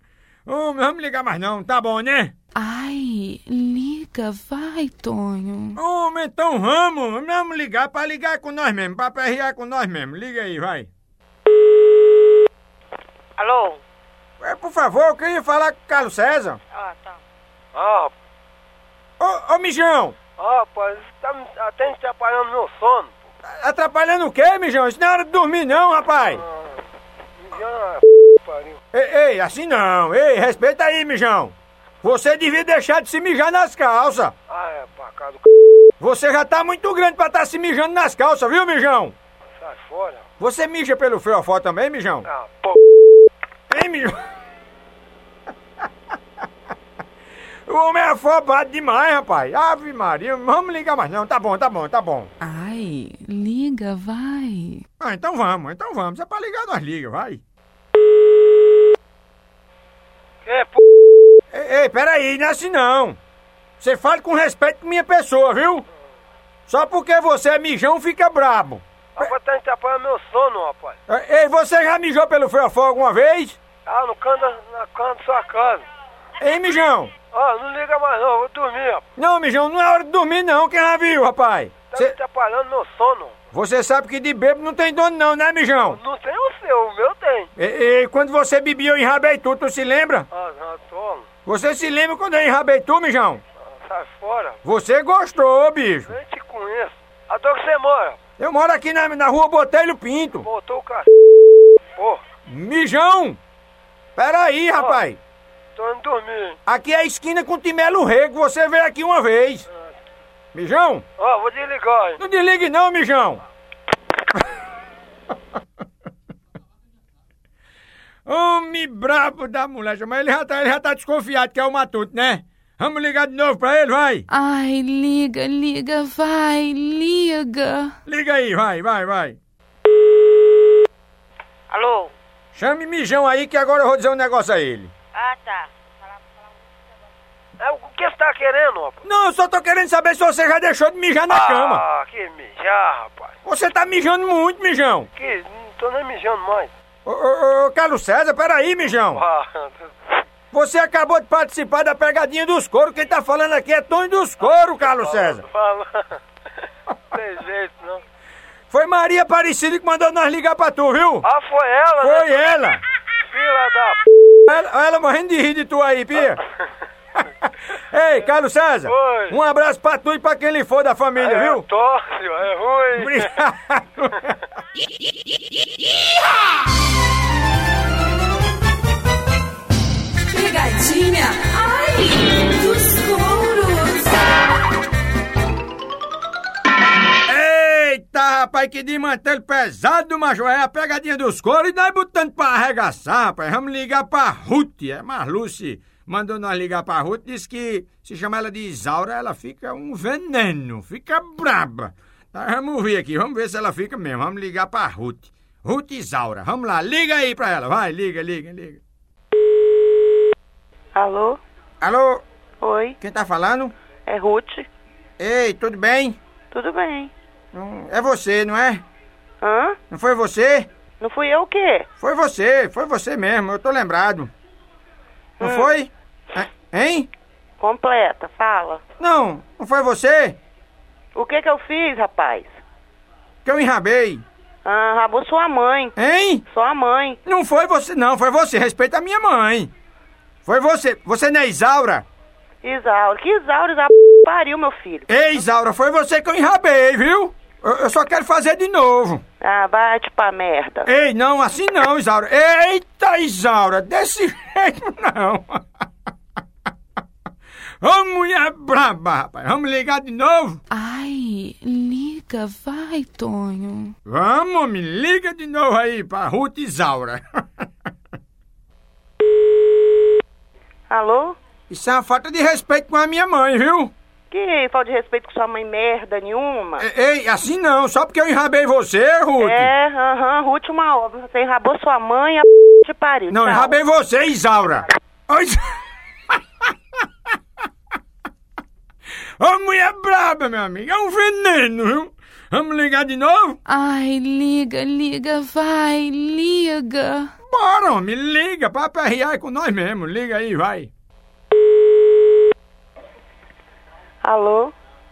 Speaker 1: Ô, não vamos ligar mais não, tá bom, né?
Speaker 4: Ai, liga, vai, Tonho.
Speaker 1: Homem, então vamos, vamos ligar pra ligar com nós mesmo, pra perrear com nós mesmo. Liga aí, vai.
Speaker 3: Alô?
Speaker 1: É, por favor, eu queria falar com o Carlos César.
Speaker 3: Ah, tá.
Speaker 6: Ah, p-
Speaker 1: Ô, ô, mijão,
Speaker 6: ah, rapaz, você tá me- até atrapalhando meu sono. pô.
Speaker 1: atrapalhando o quê, mijão? Isso não é hora de dormir não, rapaz.
Speaker 6: Me deu uma p... pariu.
Speaker 1: Ei, ei, assim não. Ei, respeita aí, mijão. Você devia deixar de se mijar nas calças.
Speaker 6: Ah, é pra cá do c...
Speaker 1: Você já tá muito grande pra estar tá se mijando nas calças, viu, mijão?
Speaker 6: Sai fora.
Speaker 1: Você mija pelo fiofó também, mijão?
Speaker 6: Ah, p...
Speaker 1: Hein, mijão? O homem é afobado demais, rapaz. Ave Maria, vamos ligar mais não. Tá bom, tá bom, tá bom.
Speaker 4: Ai, liga, vai.
Speaker 1: Ah, então vamos, então vamos.
Speaker 6: Tá
Speaker 1: Se é pra ligar, nós liga, vai.
Speaker 6: Que p...
Speaker 1: Ei, ei, peraí, não é assim não. Você fale com respeito com minha pessoa, viu? Só porque você é mijão, fica brabo. É,
Speaker 6: Tá botando atrapalhando meu sono, rapaz.
Speaker 1: Ei, você já mijou pelo fiofó alguma vez?
Speaker 6: Ah, no canto, na canto da sua casa.
Speaker 1: Hein, mijão?
Speaker 6: Ó, não liga mais não, eu vou dormir, rapaz.
Speaker 1: Não, mijão, não é hora de dormir não, quem já viu, rapaz?
Speaker 6: Tá me
Speaker 1: Cê-
Speaker 6: atrapalhando meu sono.
Speaker 1: você sabe que de bêbado não tem dono não, né, mijão? É.
Speaker 6: Não tem o seu, o meu tem.
Speaker 1: E, e quando você bebia eu enrabei tu, tu se lembra?
Speaker 6: Ah, não, sono.
Speaker 1: Você se lembra quando eu enrabei tu, mijão?
Speaker 6: Ah, sai fora.
Speaker 1: Você gostou, bicho.
Speaker 6: Eu nem te conheço. Adoro que você mora.
Speaker 1: Eu moro aqui na, na rua Botelho Pinto.
Speaker 6: Botou o c... Porra,
Speaker 1: Mijão! Peraí, rapaz.
Speaker 6: tô indo dormir, hein.
Speaker 1: Aqui é a esquina com o Timelo Rego, você veio aqui uma vez. Mijão?
Speaker 6: Ó, vou desligar, hein.
Speaker 1: Não desligue não, mijão. Homem brabo da mulher, mas ele já tá, ele já tá desconfiado que é o Matuto, né? Vamos ligar de novo pra ele, vai.
Speaker 9: Ai, liga, liga, vai, liga.
Speaker 1: Liga aí, vai, vai, vai.
Speaker 10: Alô?
Speaker 1: Chame mijão aí que agora eu vou dizer um negócio a ele.
Speaker 10: Ah, tá.
Speaker 6: É, o que você tá querendo, rapaz?
Speaker 1: Não, eu só tô querendo saber se você já deixou de mijar na cama.
Speaker 6: Ah, que mijar, rapaz.
Speaker 1: Você tá mijando muito, mijão.
Speaker 6: Que, não tô nem mijando mais.
Speaker 1: Ô, ô, ô, Carlos César, peraí, mijão.
Speaker 6: Ah,
Speaker 1: Você acabou de participar da pegadinha dos couro. Quem tá falando aqui é Tonho
Speaker 6: Ah,
Speaker 1: dos couro, Carlos César.
Speaker 6: fala. Não tem jeito, não.
Speaker 1: Foi Maria Aparecida que mandou nós ligar pra tu, viu?
Speaker 6: Ah, foi ela,
Speaker 1: Foi
Speaker 6: né?
Speaker 1: ela.
Speaker 6: Fila da p...
Speaker 1: Ela, ela morrendo de rir de tu aí, Pia. Ei, Carlos César.
Speaker 6: Foi.
Speaker 1: Um abraço pra tu e pra quem lhe for da família,
Speaker 6: É
Speaker 1: viu?
Speaker 6: Tóxio, é ruim.
Speaker 1: Obrigado.
Speaker 2: Pegadinha, ai, dos touros.
Speaker 1: Eita, rapaz, que desmantelho pesado, macho. É a pegadinha dos coros e nós botando pra arregaçar, rapaz. Vamos ligar pra Ruth. É Marluce mandou nós ligar pra Ruth. Diz que se chamar ela de Isaura, ela fica um veneno. Fica braba. Tá, vamos ver aqui. Vamos ver se ela fica mesmo. Vamos ligar pra Ruth. Ruth Isaura. Vamos lá. Liga aí pra ela. Vai, liga, liga, liga.
Speaker 10: Alô?
Speaker 1: Alô?
Speaker 10: Oi,
Speaker 1: Quem tá falando?
Speaker 10: é Ruth.
Speaker 1: Ei, tudo bem?
Speaker 10: Tudo bem?
Speaker 1: Hum, É você, não é?
Speaker 10: Hã?
Speaker 1: Não foi você?
Speaker 10: Não fui eu o quê?
Speaker 1: Foi você, foi você mesmo, eu tô lembrado.
Speaker 10: Hum.
Speaker 1: Não foi? É, Hein?
Speaker 10: Completa, fala.
Speaker 1: Não, não foi você
Speaker 10: O que que eu fiz, rapaz?
Speaker 1: que eu enrabei.
Speaker 10: Ah, rabou sua mãe.
Speaker 1: Hein?
Speaker 10: Sua mãe.
Speaker 1: Não foi você, não, foi você. Respeita a minha mãe. Foi você. Você não é Isaura?
Speaker 10: Isauro. Que Isauro? Isauro pariu, meu filho.
Speaker 1: Ei, Isaura, foi você que eu enrabei, viu? Eu, eu só quero fazer de novo.
Speaker 10: Ah, bate pra merda.
Speaker 1: Ei, não, assim não, Isaura. Eita, Isaura, desse jeito não. Ô, mulher braba, rapaz. Vamos ligar de novo?
Speaker 9: Ai, liga, vai, Tonho.
Speaker 1: Vamos, me liga de novo aí pra Ruth Isaura.
Speaker 10: Alô?
Speaker 1: Isso é uma falta de respeito com a minha mãe, viu?
Speaker 10: Que falta de respeito com sua mãe merda nenhuma.
Speaker 1: E- Ei, assim não, só porque eu enrabei você, Ruth.
Speaker 10: É, aham, Ruth, uma obra. Você enrabou sua mãe, a te pariu.
Speaker 1: Não,
Speaker 10: Tchau.
Speaker 1: enrabei você, Isaura. Ô, Isa- Ô, mulher braba, meu amigo, é um veneno, viu? Vamos ligar de novo?
Speaker 9: Ai, liga, liga, vai, liga.
Speaker 1: Bora, me liga, papo é riar com nós mesmo. Liga aí, vai.
Speaker 10: Alô?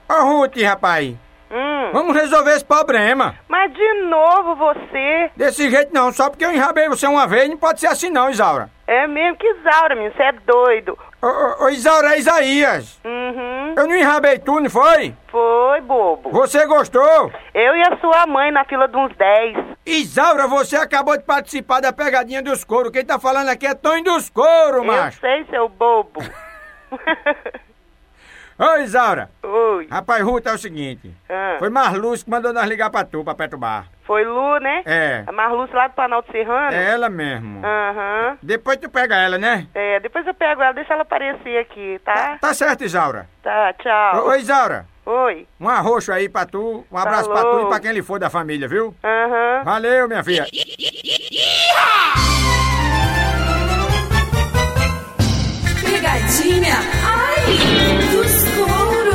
Speaker 1: Ô, Ruth, rapaz,
Speaker 10: Hum.
Speaker 1: vamos resolver esse problema.
Speaker 10: Mas de novo você.
Speaker 1: Desse jeito não, só porque eu enrabei você uma vez, não pode ser assim não, Isaura.
Speaker 10: É mesmo que Isaura, menino. Você é doido.
Speaker 1: Ô, ô, ô, Isaura, é Isaías,
Speaker 10: Uhum.
Speaker 1: eu não enrabei tu, não foi?
Speaker 10: Foi, bobo.
Speaker 1: Você gostou?
Speaker 10: Eu e a sua mãe na fila de uns 10.
Speaker 1: Isaura, você acabou de participar da pegadinha dos couro. Quem tá falando aqui é Tonho dos couro,
Speaker 10: Eu
Speaker 1: macho.
Speaker 10: sei, seu bobo.
Speaker 1: Ô, Isaura,
Speaker 10: Oi.
Speaker 1: rapaz, Ruth, é o seguinte.
Speaker 10: Ah,
Speaker 1: Foi Marluz que mandou nós ligar pra tu, pra perturbar.
Speaker 10: Foi Lu, né?
Speaker 1: É,
Speaker 10: A Marluce lá do Planalto Serrano.
Speaker 1: é ela mesmo.
Speaker 10: Ah. Aham.
Speaker 1: Depois tu pega ela, né?
Speaker 10: É, depois eu pego ela, deixa ela aparecer aqui, tá?
Speaker 1: Tá certo, Isaura.
Speaker 10: Tá,
Speaker 1: Ô,
Speaker 10: tchau.
Speaker 1: ô, Isaura,
Speaker 10: Oi.
Speaker 1: um arroxo aí pra tu, um abraço pra tu
Speaker 10: Falou.
Speaker 1: e pra quem lhe for da família, viu?
Speaker 10: Aham.
Speaker 1: Valeu, minha filha.
Speaker 2: Pegadinha, ai, dos touros.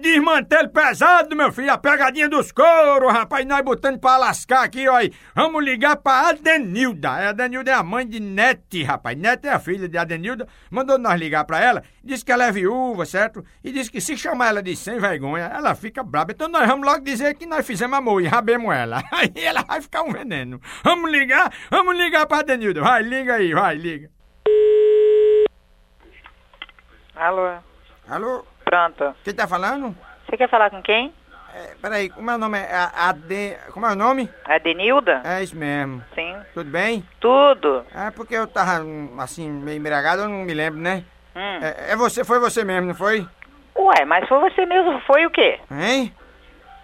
Speaker 1: desmantelho pesado, meu filho. A pegadinha dos couro, rapaz. Nós botando pra lascar aqui, ó. aí. Vamos ligar pra Adenilda. A Adenilda é a mãe de Nete, rapaz. Nete é a filha de Adenilda. Mandou nós ligar pra ela. Diz que ela é viúva, certo? E diz que se chamar ela de sem vergonha, ela fica braba. Então nós vamos logo dizer que nós fizemos amor e rabemos ela. Aí ela vai ficar um veneno. Vamos ligar, vamos ligar pra Adenilda. Vai, liga aí, vai, liga.
Speaker 11: Alô?
Speaker 1: Alô?
Speaker 11: Pronto.
Speaker 1: Quem tá falando?
Speaker 11: Você quer falar com quem?
Speaker 1: É, peraí, como é o nome? É a- Ade... Como é o nome?
Speaker 11: Adenilda?
Speaker 1: É isso mesmo.
Speaker 11: Sim.
Speaker 1: Tudo bem?
Speaker 11: Tudo.
Speaker 1: É porque eu tava, hum, assim, meio embriagado, eu não me lembro, né?
Speaker 11: Hum.
Speaker 1: É, é você, foi você mesmo, não foi?
Speaker 11: Ué, mas foi você mesmo, foi o quê?
Speaker 1: Hein?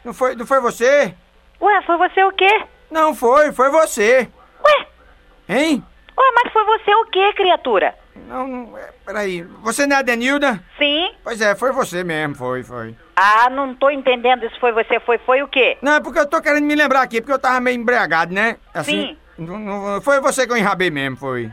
Speaker 1: Não foi, não foi você?
Speaker 11: Ué, foi você o quê?
Speaker 1: Não foi, foi você.
Speaker 11: Ué?
Speaker 1: Hein?
Speaker 11: Ué, mas foi você o quê, criatura?
Speaker 1: Não, não, é, peraí. Você não é a Denilda?
Speaker 11: Sim.
Speaker 1: Pois é, foi você mesmo, foi, foi.
Speaker 11: Ah, não tô entendendo isso. Foi você, foi, foi o quê?
Speaker 1: Não, é porque eu tô querendo me lembrar aqui, porque eu tava meio embriagado, né? Assim,
Speaker 11: Sim.
Speaker 1: Não, não- foi você que eu enrabei mesmo, foi.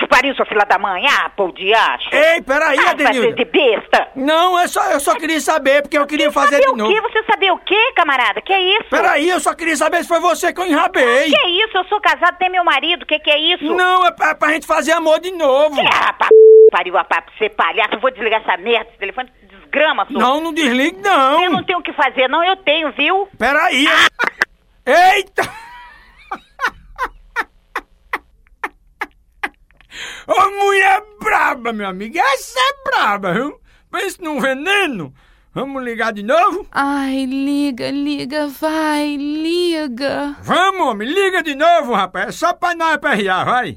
Speaker 11: Que pariu, sua filha da mãe. Ah, pô, de acho.
Speaker 1: Ei, peraí,
Speaker 11: ah,
Speaker 1: Adenilda.
Speaker 11: Vai ser de besta.
Speaker 1: Não, eu só, eu só queria saber, porque eu queria fazer
Speaker 11: Saber
Speaker 1: de
Speaker 11: o
Speaker 1: novo.
Speaker 11: quê? Você sabia o quê, camarada? Que isso?
Speaker 1: Peraí, eu só queria saber se foi você que eu enrabei.
Speaker 11: Que é isso? Eu sou casado, tem meu marido. Que que é isso?
Speaker 1: Não, é pra, pra gente fazer amor de novo.
Speaker 11: Que é, rapaz, pariu a papo, você palhaço. Eu vou desligar essa merda, esse telefone desgrama, sua.
Speaker 1: Não, não desligue, não.
Speaker 11: Eu não tenho o que fazer, não. Eu tenho, viu?
Speaker 1: Peraí. Eita! Ô, mulher braba, meu amigo. Essa é braba, viu? Pensa num veneno. Vamos ligar de novo?
Speaker 4: Ai, liga, liga, vai, liga.
Speaker 1: Vamos, homem. Liga de novo, rapaz. É só pra nós aperrear, vai.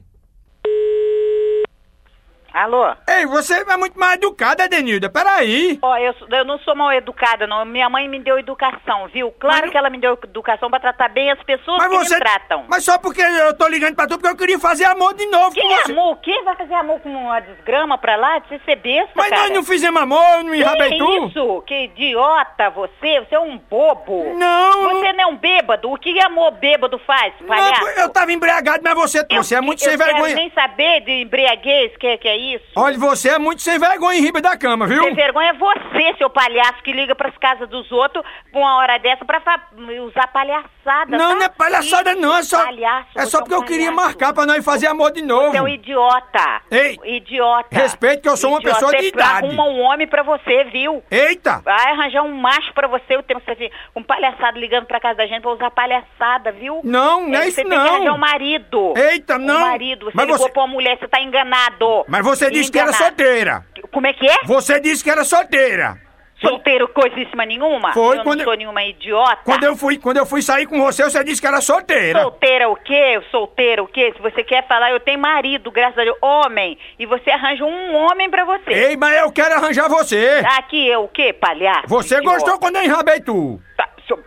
Speaker 11: Alô?
Speaker 1: Ei, você é muito mais educada, Denilda. Peraí.
Speaker 11: Ó, eu, sou- eu não sou mal educada, não. Minha mãe me deu educação, viu? Claro que ela me deu educação pra tratar bem as pessoas que me tratam.
Speaker 1: Mas só porque eu tô ligando pra tu, porque eu queria fazer amor de novo
Speaker 11: Que
Speaker 1: com você.
Speaker 11: amor? O quê? Vai fazer amor com uma desgrama pra lá? De ser besta,
Speaker 1: Mas
Speaker 11: cara.
Speaker 1: nós não fizemos amor, eu não enrabei
Speaker 11: que
Speaker 1: tu.
Speaker 11: isso? Que idiota você. Você é um bobo.
Speaker 1: Não,
Speaker 11: Você não é um bêbado. O que amor bêbado faz, palhaço?
Speaker 1: Não, é eu tava embriagado, mas você, você é muito
Speaker 11: eu
Speaker 1: sem
Speaker 11: quero
Speaker 1: vergonha.
Speaker 11: nem saber de embriaguez, que, que é isso?
Speaker 1: Olha, você é muito sem vergonha em riba da cama, viu?
Speaker 11: Sem vergonha é você, seu palhaço, que liga pras casas dos outros pra uma hora dessa pra fa- usar palhaçada.
Speaker 1: Não,
Speaker 11: tá?
Speaker 1: não é palhaçada
Speaker 11: Isso,
Speaker 1: não, é só,
Speaker 11: Palhaço,
Speaker 1: é
Speaker 11: você
Speaker 1: só porque
Speaker 11: um
Speaker 1: eu queria
Speaker 11: palhaço.
Speaker 1: marcar pra nós fazer amor de novo.
Speaker 11: Você é um idiota.
Speaker 1: Ei,
Speaker 11: Idiota.
Speaker 1: respeite que eu sou uma
Speaker 11: Idiota.
Speaker 1: pessoa de
Speaker 11: Você
Speaker 1: idade.
Speaker 11: arruma um homem pra você, viu?
Speaker 1: Eita!
Speaker 11: Vai arranjar um macho pra você, o tempo que você fica um palhaçado ligando pra casa da gente pra usar palhaçada, viu?
Speaker 1: Não, não é
Speaker 11: Ei,
Speaker 1: isso
Speaker 11: você
Speaker 1: não.
Speaker 11: Você tem que arranjar um marido.
Speaker 1: Eita,
Speaker 11: Um
Speaker 1: não.
Speaker 11: marido. Você
Speaker 1: Mas
Speaker 11: ligou
Speaker 1: você-
Speaker 11: pra uma mulher, você tá enganado.
Speaker 1: Mas você disse que era
Speaker 11: Enganado.
Speaker 1: solteira.
Speaker 11: Como é que é?
Speaker 1: Você disse que era solteira.
Speaker 11: Solteiro coisíssima nenhuma?
Speaker 1: Foi
Speaker 11: eu
Speaker 1: quando
Speaker 11: não
Speaker 1: eu-
Speaker 11: sou nenhuma idiota.
Speaker 1: Quando eu fui, quando eu fui sair com você, você disse que era solteira.
Speaker 11: Tá. Solteira o quê? Solteira o quê? Se você quer falar, eu tenho marido, graças a Deus, homem. E você arranja um homem pra você. Tá
Speaker 1: Ei, mas eu quero arranjar você.
Speaker 11: Aqui eu o quê, palhaço?
Speaker 1: Você
Speaker 11: Idiota.
Speaker 1: gostou quando eu enrabei tu.
Speaker 11: Tá, seu-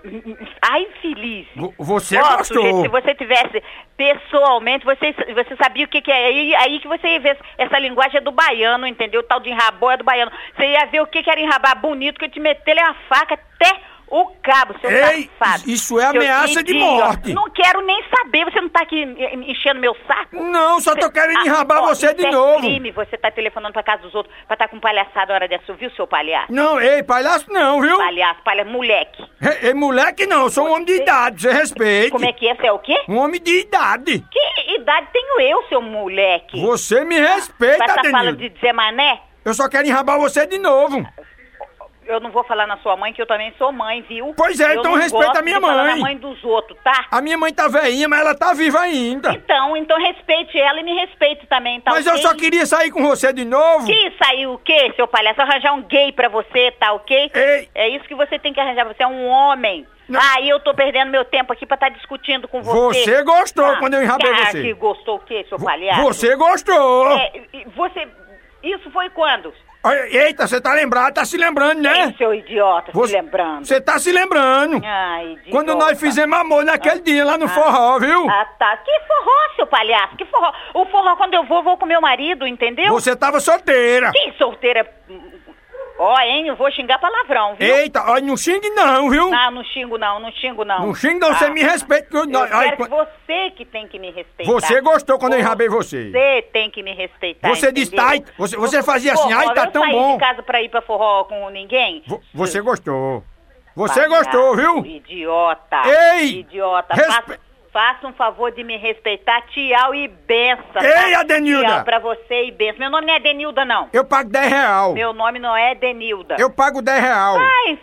Speaker 11: Ai, infeliz.
Speaker 1: Vo- Você
Speaker 11: Ó, sujeito,
Speaker 1: gostou.
Speaker 11: se você tivesse pessoalmente, você, você sabia o que, que é. Aí, aí que você ia ver essa linguagem é do baiano, entendeu? O tal de enrabou é do baiano. Você ia ver o que, que era enrabar bonito, que eu te meter a faca até o cabo, seu
Speaker 1: Ei,
Speaker 11: safado.
Speaker 1: isso é
Speaker 11: Seu
Speaker 1: ameaça de
Speaker 11: idiota.
Speaker 1: morte.
Speaker 11: Não quero nem saber, você não tá aqui eh, enchendo meu saco?
Speaker 1: Não, só tô querendo enrabar
Speaker 11: ó,
Speaker 1: você
Speaker 11: isso
Speaker 1: de
Speaker 11: é
Speaker 1: novo.
Speaker 11: crime, você tá telefonando pra casa dos outros pra tá com palhaçada na hora dessa, viu, seu palhaço?
Speaker 1: Não, ei, palhaço não, viu?
Speaker 11: Palhaço, palhaço, moleque.
Speaker 1: Ei, ei, moleque não, eu sou um homem de idade, você respeita.
Speaker 11: Como é que é? Você é o quê?
Speaker 1: Um homem de idade.
Speaker 11: Que idade tenho eu, seu moleque?
Speaker 1: Você me
Speaker 11: Com
Speaker 1: respeita,
Speaker 11: essa fala
Speaker 1: Denilda.
Speaker 11: de Ah, Zé Mané?
Speaker 1: Eu só quero enrabar você de novo.
Speaker 11: Eu não vou falar na sua mãe, que eu também sou mãe, viu?
Speaker 1: Pois é,
Speaker 11: Eu
Speaker 1: então
Speaker 11: não
Speaker 1: respeita
Speaker 11: gosto
Speaker 1: a minha
Speaker 11: de falar
Speaker 1: mãe.
Speaker 11: na mãe dos outros, tá?
Speaker 1: A minha mãe tá veinha, mas ela tá viva ainda.
Speaker 11: Então, então respeite ela e me respeite também, tá
Speaker 1: Mas eu
Speaker 11: ok?
Speaker 1: só queria sair com você de novo.
Speaker 11: Que saiu o quê, seu palhaço? Arranjar um gay pra você, tá ok?
Speaker 1: Ei.
Speaker 11: É isso que você tem que arranjar, você é um homem. Ah, e eu tô perdendo meu tempo aqui pra estar discutindo com você.
Speaker 1: Você gostou
Speaker 11: Ah,
Speaker 1: quando eu enrabei
Speaker 11: ah,
Speaker 1: você.
Speaker 11: que gostou o quê, seu palhaço?
Speaker 1: Você gostou.
Speaker 11: É, e- e você... Isso foi quando?
Speaker 1: Olha, Eita, você tá lembrado, tá se lembrando, né?
Speaker 11: Ei, seu idiota,
Speaker 1: Você-
Speaker 11: se lembrando.
Speaker 1: Você tá se lembrando.
Speaker 11: Ai, idiota.
Speaker 1: Quando nós fizemos amor naquele dia lá no forró, viu?
Speaker 11: tá. Ah, tá. Que forró, seu palhaço? Que forró? O forró, quando eu vou, eu vou com meu marido, entendeu?
Speaker 1: Você tava solteira.
Speaker 11: Que solteira... Ó, hein, eu vou xingar palavrão, viu? Ah,
Speaker 1: Eita, ó, não xingue não, viu?
Speaker 11: Não, não xingo não, não xingo não. Ah,
Speaker 1: Não xingue não, você me respeita. que eu-
Speaker 11: Eu
Speaker 1: não,
Speaker 11: quero
Speaker 1: aí,
Speaker 11: que você que tem que me respeitar.
Speaker 1: Você gostou quando eu enrabei você.
Speaker 11: Você tem que me respeitar.
Speaker 1: Você disse,
Speaker 11: entendeu?
Speaker 1: "Ai", você- você fazia
Speaker 11: Pô,
Speaker 1: assim, "Ai,
Speaker 11: Bob,
Speaker 1: tá
Speaker 11: eu
Speaker 1: tão
Speaker 11: saí
Speaker 1: bom."
Speaker 11: de casa pra ir pra forró com ninguém?
Speaker 1: Vo- Você gostou. Você
Speaker 11: Palhaço,
Speaker 1: gostou, viu?
Speaker 11: Idiota.
Speaker 1: Ei!
Speaker 11: Idiota.
Speaker 1: Respe-
Speaker 11: Faça, faça um favor de me respeitar. Tchau e benção.
Speaker 1: Ei,
Speaker 11: tá?
Speaker 1: Adenilda!
Speaker 11: Tchau pra você e benção. Meu nome não é Denilda, não.
Speaker 1: Eu pago 10 real.
Speaker 11: Meu nome não é Denilda.
Speaker 1: Eu pago 10 real.
Speaker 11: Vai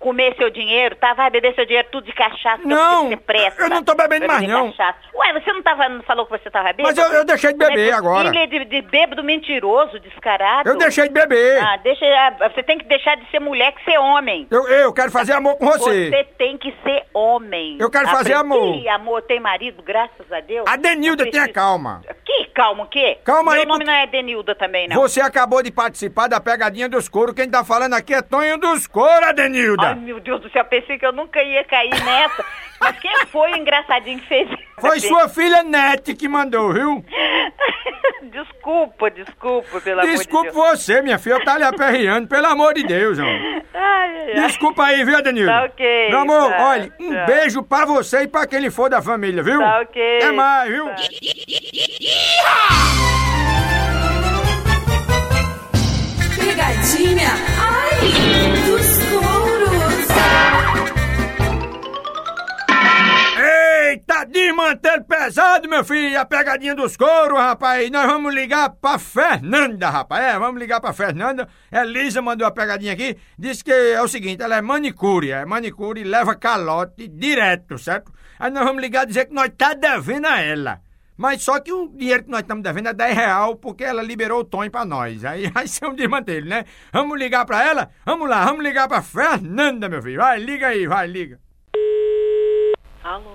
Speaker 11: comer seu dinheiro, tá? Vai beber seu dinheiro tudo de cachaça.
Speaker 1: Não,
Speaker 11: que você presta.
Speaker 1: eu não tô bebendo
Speaker 11: Vai
Speaker 1: mais,
Speaker 11: beber
Speaker 1: não.
Speaker 11: Cachaça. Ué, você não, tava, não falou que você tava bêbado?
Speaker 1: Mas eu- eu deixei de
Speaker 11: Como é
Speaker 1: beber
Speaker 11: que-
Speaker 1: agora.
Speaker 11: Filha de, de bêbado mentiroso, descarado.
Speaker 1: Eu deixei de beber.
Speaker 11: Ah, deixa, ah, você tem que deixar de ser mulher que ser homem.
Speaker 1: Eu, eu quero fazer amor com você.
Speaker 11: Você tem que ser homem.
Speaker 1: Eu quero fazer
Speaker 11: Aprecie, amor, tem marido, graças a Deus.
Speaker 1: A Denilda, tenha
Speaker 11: Aprecie.
Speaker 1: calma.
Speaker 11: Que calma, o quê?
Speaker 1: Calma
Speaker 11: Meu
Speaker 1: aí,
Speaker 11: nome
Speaker 1: porque-
Speaker 11: não é Denilda também, não.
Speaker 1: Você acabou de participar da pegadinha dos couro. Quem tá falando aqui é Tonho dos Couro,
Speaker 11: Ai,
Speaker 1: Adenilda.
Speaker 11: meu Deus do céu, pensei que eu nunca ia cair nessa. Mas quem foi o engraçadinho que fez isso?
Speaker 1: Foi sua filha Nete que mandou, viu?
Speaker 11: Desculpa, desculpa, pelo
Speaker 1: Desculpe
Speaker 11: amor de Deus.
Speaker 1: você, minha filha. Eu tá lhe aperreando, pelo amor de Deus, homem.
Speaker 11: Ai, ai, ai.
Speaker 1: é, Desculpa aí, viu, Adenilda?
Speaker 11: Tá ok,
Speaker 1: Meu amor,
Speaker 11: tá,
Speaker 1: olha, um
Speaker 11: tá.
Speaker 1: beijo pra você e pra quem lhe for da família, viu?
Speaker 11: Tá ok.
Speaker 1: É mais, viu?
Speaker 11: Tá.
Speaker 2: Pegadinha, ai, dos touros.
Speaker 1: Eita, desmantelo pesado, meu filho. A pegadinha dos couro, rapaz. E Nós vamos ligar pra Fernanda, rapaz. É, vamos ligar pra Fernanda. Elisa mandou a pegadinha aqui. Diz que é o seguinte, ela é manicure. É manicure, leva calote direto, certo? Aí nós vamos ligar e dizer que nós tá devendo a ela. Mas só que o dinheiro que nós estamos devendo é 10 real, porque ela liberou o Tonho pra nós. Aí vai ser um desmantelho, né? Vamos ligar pra ela? Vamos lá, vamos ligar pra Fernanda, meu filho. Vai, liga aí, vai, liga.
Speaker 10: Alô,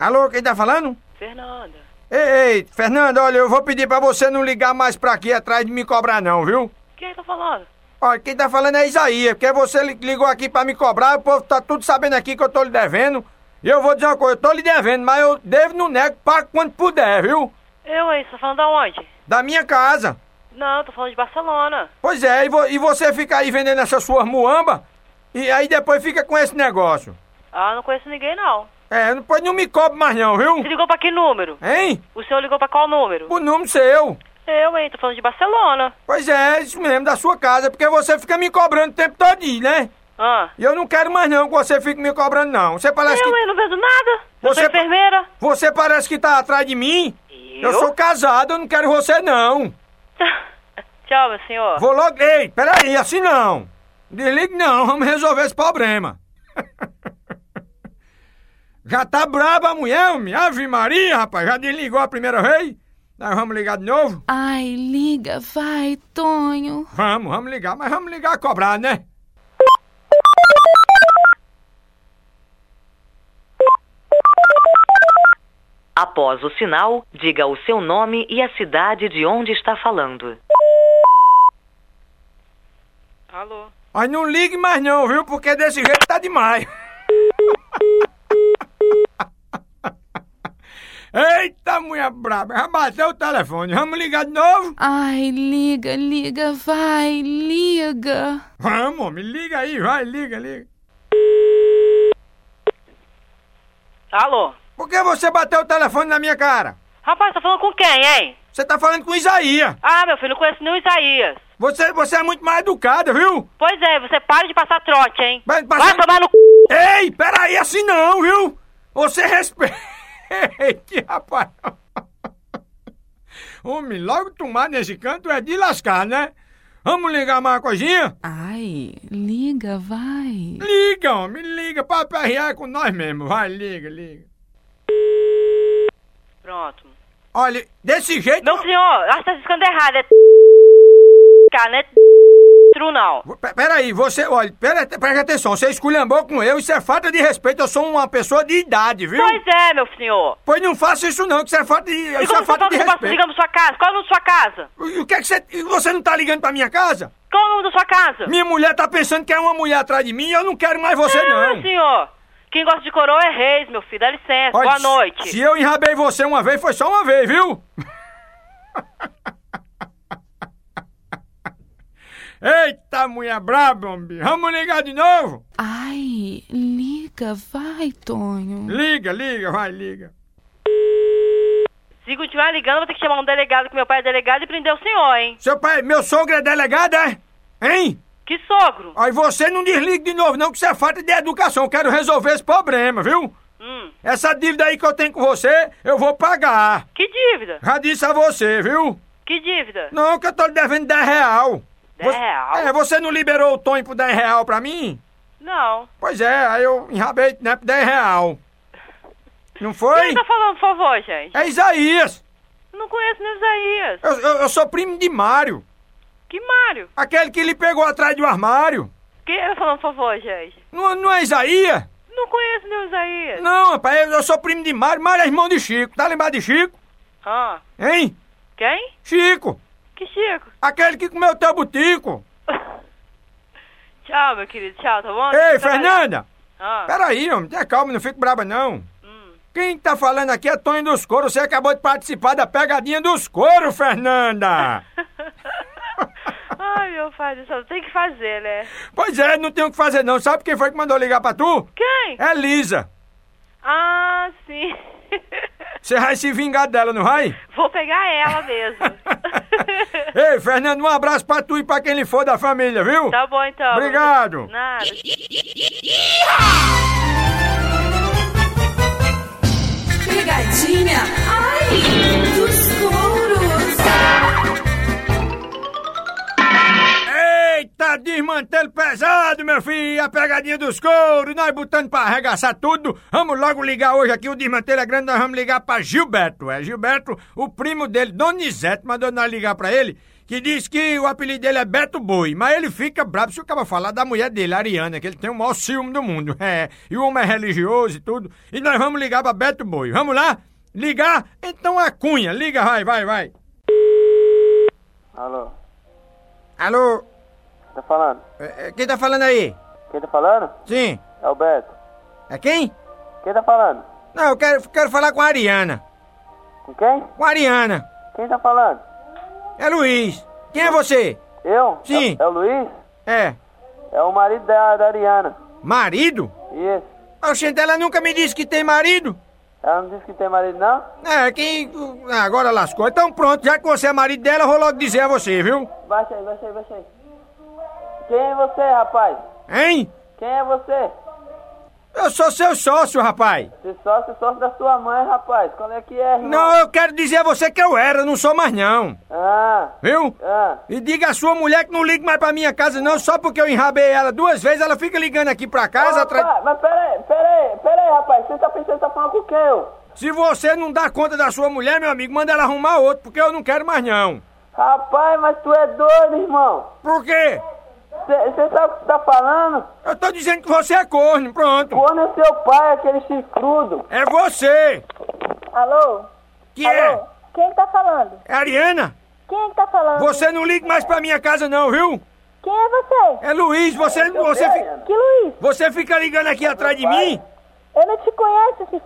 Speaker 1: Alô, quem tá falando?
Speaker 10: Fernanda.
Speaker 1: Ei, ei, Fernando, olha, eu vou pedir pra você não ligar mais pra aqui atrás de me cobrar, não, viu?
Speaker 8: é
Speaker 10: Quem tá falando?
Speaker 1: Olha, quem tá falando é Isaías, porque você li- ligou aqui pra me cobrar, o povo tá tudo sabendo aqui que eu tô lhe devendo. E eu vou dizer uma coisa, eu tô lhe devendo, mas eu devo não nego, pago quando puder, viu?
Speaker 10: Eu, hein? Você tá falando da onde?
Speaker 1: Da minha casa.
Speaker 10: Não, eu tô falando de Barcelona.
Speaker 1: Pois é, e, vo- e você fica aí vendendo essas suas muambas, e aí depois fica com esse negócio.
Speaker 10: Ah, não conheço ninguém, não.
Speaker 1: É, não, pois não me cobre mais não, viu?
Speaker 10: Você ligou pra que número?
Speaker 1: Hein?
Speaker 10: O senhor ligou pra qual número?
Speaker 1: O número seu.
Speaker 10: Eu, hein? Tô falando de Barcelona.
Speaker 1: Pois é, isso mesmo, da sua casa, porque você fica me cobrando o tempo todinho, né?
Speaker 10: Ah.
Speaker 1: E eu não quero mais não que você fique me cobrando, não. Você parece
Speaker 10: eu,
Speaker 1: que...
Speaker 10: hein? Não vendo nada. Eu
Speaker 1: Você-
Speaker 10: sou enfermeira.
Speaker 1: Você parece que tá atrás de mim. Eu, sou casado, eu não quero você, não.
Speaker 10: Tchau, meu senhor.
Speaker 1: Vou logo... Ei, peraí, assim não. Desligue não, vamos resolver esse problema. já tá braba a mulher, homem? Ave Maria, rapaz, já desligou a primeira vez? Nós vamos ligar de novo?
Speaker 4: Ai, liga, vai, Tonho.
Speaker 1: Vamos, vamos ligar, mas vamos ligar a cobrar, né?
Speaker 5: Após o sinal, diga o seu nome e a cidade de onde está falando.
Speaker 10: Alô.
Speaker 1: Mas não ligue mais não, viu? Porque desse jeito tá demais. Eita, mulher braba. Já bateu o telefone. Vamos ligar de novo?
Speaker 4: Ai, liga, liga, vai, liga.
Speaker 1: Vamos, me liga aí. Vai, liga, liga.
Speaker 10: Alô.
Speaker 1: Por que você bateu o telefone na minha cara?
Speaker 10: Rapaz, tá falando com quem, hein?
Speaker 1: Você tá falando com o Isaías.
Speaker 10: Ah, meu filho, não conheço nem o Isaías.
Speaker 1: Você, você é muito mais educada, viu?
Speaker 10: Pois é, você para de passar trote, hein?
Speaker 1: Vai,
Speaker 10: Vai tomar no c...
Speaker 1: Ei, peraí, assim não, viu? Você respeita. que rapaz. Homem, logo tomar nesse canto é de lascar, né? Vamos ligar mais uma coisinha?
Speaker 4: Ai, liga, vai.
Speaker 1: Liga, homem, liga. Papai é com nós mesmo. Vai, liga, liga.
Speaker 10: Pronto.
Speaker 1: Olha, desse jeito.
Speaker 10: Não, senhor, acho que tá ficando errado. É t... cara, não é t... true, não.
Speaker 1: Pe- Peraí, você, olha, pera, presta atenção, você esculhambou com eu, isso é falta de respeito, eu sou uma pessoa de idade, viu?
Speaker 10: Pois é, meu senhor.
Speaker 1: Pois não faça isso não, que isso é falta de,
Speaker 10: E
Speaker 1: isso
Speaker 10: como
Speaker 1: é
Speaker 10: você falou
Speaker 1: falta de
Speaker 10: que eu passo
Speaker 1: respeito.
Speaker 10: ligando pra sua casa? Qual é o nome da sua casa?
Speaker 1: E O que é que você, e você não tá ligando pra minha casa?
Speaker 10: Qual é o nome da sua casa?
Speaker 1: Minha mulher tá pensando que é uma mulher atrás de mim e eu não quero mais você
Speaker 10: Ah,
Speaker 1: não.
Speaker 10: senhor. Quem gosta de coroa é reis, meu filho. Dá licença.
Speaker 1: Olha,
Speaker 10: Boa
Speaker 1: se-
Speaker 10: noite.
Speaker 1: Se eu enrabei você uma vez, foi só uma vez, viu? Eita, mulher braba, homem. Vamos ligar de novo?
Speaker 4: Ai, liga, vai, Tonho.
Speaker 1: Liga, liga, vai, liga.
Speaker 10: Se continuar ligando, vou ter que chamar um delegado, que meu pai é delegado, e prender o senhor, hein?
Speaker 1: Seu pai, meu sogro é delegado, é? Hein?
Speaker 10: Que sogro?
Speaker 1: Aí você não desliga de novo, não, que isso é falta de educação. Quero resolver esse problema, viu?
Speaker 10: Hum.
Speaker 1: Essa dívida aí que eu tenho com você, eu vou pagar.
Speaker 10: Que dívida?
Speaker 1: Já disse a você, viu?
Speaker 10: Que dívida?
Speaker 1: Não, que eu tô lhe devendo 10 real.
Speaker 10: 10
Speaker 1: Você-
Speaker 10: real?
Speaker 1: É, você não liberou o Tonho por 10 real pra mim?
Speaker 10: Não.
Speaker 1: Pois é, aí eu enrabei, né, por 10 real. Não
Speaker 10: Quem
Speaker 1: foi?
Speaker 10: tá falando, por favor, gente?
Speaker 1: É Isaías.
Speaker 10: Não conheço nem o Isaías.
Speaker 1: Eu, eu, eu sou primo de Mário.
Speaker 10: Que Mário?
Speaker 1: Aquele que lhe pegou atrás do armário.
Speaker 10: Quem tá falando, por favor, gente?
Speaker 1: Não, não é Isaías?
Speaker 10: Não conheço nem o Isaías.
Speaker 1: Não, rapaz, eu, eu sou primo de Mário. Mário é irmão de Chico. Tá lembrado de Chico?
Speaker 10: Ah,
Speaker 1: Hein?
Speaker 10: quem?
Speaker 1: Chico.
Speaker 10: Que Chico.
Speaker 1: Aquele que comeu teu butico.
Speaker 10: Tchau, meu querido. Tchau, tá bom?
Speaker 1: Ei,
Speaker 10: Tem que trabalhar.
Speaker 1: Fernanda.
Speaker 10: Ah, Hum.
Speaker 1: Peraí, homem. Tenha calma, não fique braba, não. Quem tá falando aqui é Tonho dos Coros. Você acabou de participar da pegadinha dos coros, Fernanda.
Speaker 10: Ai, meu pai do céu. Tem que fazer, né?
Speaker 1: pois é, não tem o que fazer, não. Sabe quem foi que mandou ligar pra tu?
Speaker 10: Quem?
Speaker 1: É Lisa.
Speaker 10: Ah, sim.
Speaker 1: Você vai se vingar dela, não vai?
Speaker 10: Vou pegar ela mesmo.
Speaker 1: Ei, Fernando, um abraço pra tu e pra quem lhe for da família, viu?
Speaker 10: Tá bom, então.
Speaker 1: Obrigado.
Speaker 10: Nada.
Speaker 2: Pegadinha, ai, dos couros.
Speaker 1: Eita, desmantelo pesado, meu filho! A pegadinha dos couros, nós botando pra arregaçar tudo. Vamos logo ligar hoje aqui, o desmantelo é grande, nós vamos ligar pra Gilberto. É Gilberto, o primo dele, Donizete, mandou nós ligar pra ele, que diz que o apelido dele é Beto Boi, mas ele fica bravo se eu acaba falar da mulher dele, Ariana, que ele tem o maior ciúme do mundo. É, e o homem é religioso e tudo. E nós vamos ligar pra Beto Boi. Vamos lá? Ligar? Então a cunha, liga, vai, vai, vai.
Speaker 7: Alô,
Speaker 1: Alô,
Speaker 7: tá falando?
Speaker 1: é, é, quem tá falando aí?
Speaker 7: Quem tá falando?
Speaker 1: Sim.
Speaker 7: É o Beto.
Speaker 1: É quem?
Speaker 7: Quem tá falando?
Speaker 1: Não, eu quero, quero falar com a Ariana.
Speaker 7: Com quem?
Speaker 1: Com a Ariana.
Speaker 7: Quem tá falando?
Speaker 1: É Luiz. Quem é você?
Speaker 7: Eu?
Speaker 1: Sim.
Speaker 7: É, é o Luiz?
Speaker 1: É.
Speaker 7: É o marido da, da Ariana.
Speaker 1: Marido?
Speaker 7: Isso.
Speaker 1: Oxente, ela nunca me disse que tem marido.
Speaker 7: Ela não disse que tem marido, não?
Speaker 1: É, quem. Ah, agora lascou. Então pronto, já que você é marido dela, eu vou logo dizer a você, viu?
Speaker 7: Baixa aí, baixa aí, baixa aí. Quem é você, rapaz?
Speaker 1: Hein?
Speaker 7: Quem é você?
Speaker 1: Eu sou seu sócio, rapaz.
Speaker 7: Se sócio, sócio da sua mãe, rapaz. Qual é que é, irmão?
Speaker 1: Não, eu quero dizer a você que eu era, eu não sou mais não.
Speaker 7: Ah,
Speaker 1: Viu?
Speaker 7: ah.
Speaker 1: E diga à sua mulher que não ligue mais pra minha casa, não, só porque eu enrabei ela duas vezes, ela fica ligando aqui pra casa
Speaker 7: Rapaz,
Speaker 1: atrás.
Speaker 7: Mas peraí, peraí, peraí, rapaz. Você tá pensando, tá falando com quem, eu?
Speaker 1: Se você não dá conta da sua mulher, meu amigo, manda ela arrumar outro, porque eu não quero mais não.
Speaker 7: Rapaz, mas tu é doido, irmão.
Speaker 1: Por quê?
Speaker 7: Você sabe o que tá falando?
Speaker 1: Eu tô dizendo que você é corno, pronto.
Speaker 7: Quando é seu pai, aquele chifrudo.
Speaker 1: É você.
Speaker 12: Alô?
Speaker 1: Que
Speaker 12: Alô? Quem tá falando?
Speaker 1: é? É Ariana.
Speaker 12: Quem é que tá falando?
Speaker 1: Você não liga mais pra minha casa não, viu?
Speaker 12: Quem é você?
Speaker 1: É Luiz, você você fi-
Speaker 12: Que Luiz?
Speaker 1: você fica ligando aqui atrás de mim?
Speaker 12: Eu não te conheço, se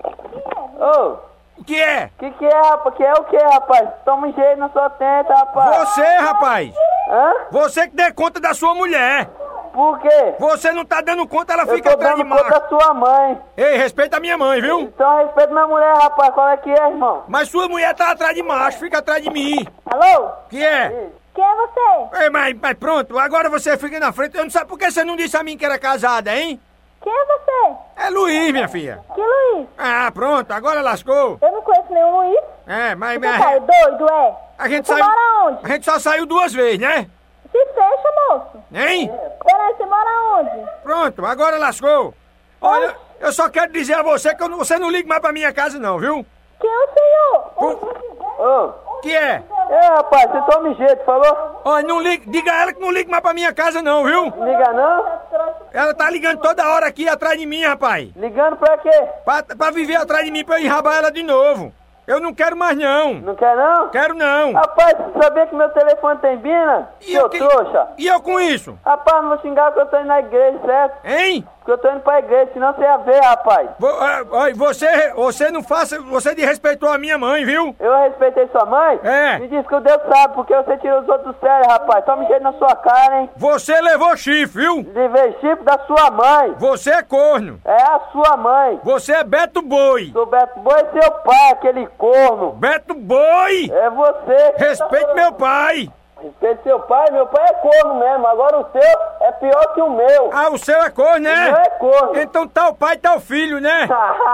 Speaker 12: faz.
Speaker 7: Ô,
Speaker 1: O que é?
Speaker 7: que que é, rapaz? Que é o que, rapaz? Toma um jeito na sua tenta, rapaz.
Speaker 1: Você, rapaz.
Speaker 7: Hã?
Speaker 1: Você que dê conta da sua mulher.
Speaker 7: Por quê?
Speaker 1: Você não tá dando conta, ela
Speaker 7: Eu
Speaker 1: fica
Speaker 7: tô
Speaker 1: atrás de
Speaker 7: dando conta
Speaker 1: mim.
Speaker 7: da sua mãe.
Speaker 1: Ei, respeita a minha mãe, viu?
Speaker 7: Então respeita minha mulher, rapaz. Qual é que é, irmão?
Speaker 1: Mas sua mulher tá atrás de macho, fica atrás de mim.
Speaker 12: Alô?
Speaker 1: Que é?
Speaker 12: Quem é você?
Speaker 1: Ei, mas, mas pronto, agora você fica na frente. Eu não sei por que você não disse a mim que era casada, hein?
Speaker 12: Quem é você?
Speaker 1: É Luiz, minha filha.
Speaker 12: Que Luiz?
Speaker 1: Ah, pronto, agora lascou.
Speaker 12: Eu não conheço nenhum Luiz.
Speaker 1: É, mas.
Speaker 12: Você
Speaker 1: mas-
Speaker 12: tá é doido, é?
Speaker 1: a gente
Speaker 12: Você
Speaker 1: saiu.
Speaker 12: mora onde?
Speaker 1: A gente só saiu duas vezes, né?
Speaker 12: Se fecha, moço.
Speaker 1: Hein?
Speaker 12: Peraí, você mora onde?
Speaker 1: Pronto, agora lascou. Olha, eu só quero dizer a você que eu não- você não liga mais pra minha casa, não, viu?
Speaker 12: Quem é o senhor?
Speaker 7: Ô,
Speaker 1: Que é?
Speaker 7: Ah. é, rapaz. Você toma jeito, falou?
Speaker 1: Olha, não liga. Diga a ela que não liga mais pra minha casa, não, viu?
Speaker 7: Liga não?
Speaker 1: Ela tá ligando toda hora aqui atrás de mim, rapaz.
Speaker 7: Ligando pra quê?
Speaker 1: Pra, pra viver atrás de mim pra eu enrabar ela de novo. Eu não quero mais, não.
Speaker 7: Não quer não?
Speaker 1: Quero não.
Speaker 7: Rapaz, você sabia que meu telefone tem bina?
Speaker 1: E
Speaker 7: seu
Speaker 1: eu que-
Speaker 7: trouxa.
Speaker 1: E eu com isso?
Speaker 7: Rapaz, não vou xingar que eu tô indo na igreja, certo?
Speaker 1: Hein?
Speaker 7: Porque eu tô indo pra igreja, senão você ia ver, rapaz.
Speaker 1: Oi, você, você não faça. Você desrespeitou a minha mãe, viu?
Speaker 7: Eu respeitei sua mãe?
Speaker 1: É.
Speaker 7: Me diz que o Deus sabe, porque você tirou os outros sério, rapaz. Toma jeito na sua cara, hein?
Speaker 1: Você levou chifre, viu?
Speaker 7: Levei chifre da sua mãe.
Speaker 1: Você é corno.
Speaker 7: É a sua mãe.
Speaker 1: Você é Beto Boi.
Speaker 7: Sou Beto Boi é seu pai, aquele corno.
Speaker 1: Beto Boi!
Speaker 7: É você.
Speaker 1: Respeite tá... meu pai.
Speaker 7: Respeito seu pai, meu pai é corno mesmo. Agora o seu é pior que o meu.
Speaker 1: Ah, o seu é corno, né?
Speaker 7: O meu é corno.
Speaker 1: Então tá o pai, tá o filho, né?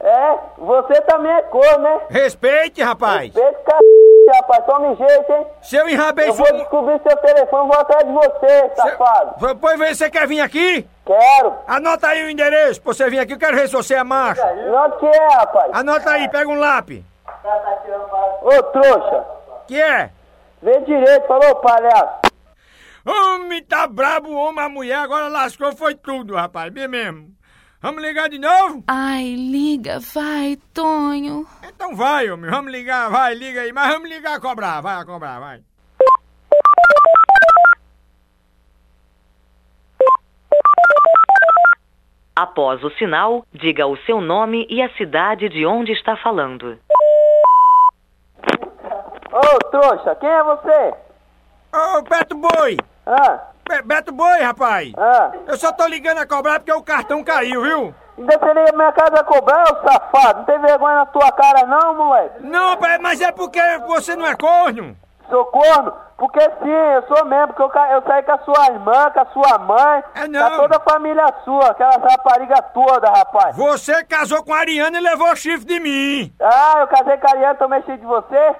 Speaker 7: é, você também é corno, né?
Speaker 1: Respeite, rapaz.
Speaker 7: Respeite, c... rapaz. Tome jeito, hein?
Speaker 1: Se eu enrabei
Speaker 7: Eu vou
Speaker 1: seu...
Speaker 7: descobrir seu telefone, vou atrás de você, safado.
Speaker 1: Se... Pois vem, você quer vir aqui?
Speaker 7: Quero.
Speaker 1: Anota aí o endereço pra você vir aqui. Eu quero ver se você é macho.
Speaker 7: Anota que é, rapaz.
Speaker 1: Anota aí, pega um lápis.
Speaker 7: Ô, trouxa.
Speaker 1: Que é?
Speaker 7: Vê direito, falou, palhaço.
Speaker 1: Homem, tá brabo, homem, a mulher, agora lascou, foi tudo, rapaz, bem mesmo. Vamos ligar de novo?
Speaker 4: Ai, liga, vai, Tonho.
Speaker 1: Então vai, homem, vamos ligar, vai, liga aí, mas vamos ligar a cobrar, vai, a cobrar, vai.
Speaker 5: Após o sinal, diga o seu nome e a cidade de onde está falando.
Speaker 7: Ô, trouxa, quem é você?
Speaker 1: Ô, Beto Boi!
Speaker 7: Ah.
Speaker 1: Be Beto Boi, rapaz!
Speaker 7: Ah.
Speaker 1: Eu só tô ligando a cobrar porque o cartão caiu, viu?
Speaker 7: Ainda teria minha casa a cobrar, ô safado! Não tem vergonha na tua cara não, moleque!
Speaker 1: Não, mas é porque você não é corno!
Speaker 7: Sou corno? Porque sim, eu sou mesmo, porque eu, eu saí com a sua irmã, com a sua mãe,
Speaker 1: é não.
Speaker 7: com toda a família sua, aquela rapariga toda, rapaz.
Speaker 1: Você casou com a Ariana e levou o chifre de mim.
Speaker 7: Ah, eu casei com a Ariana, tomei chifre de você?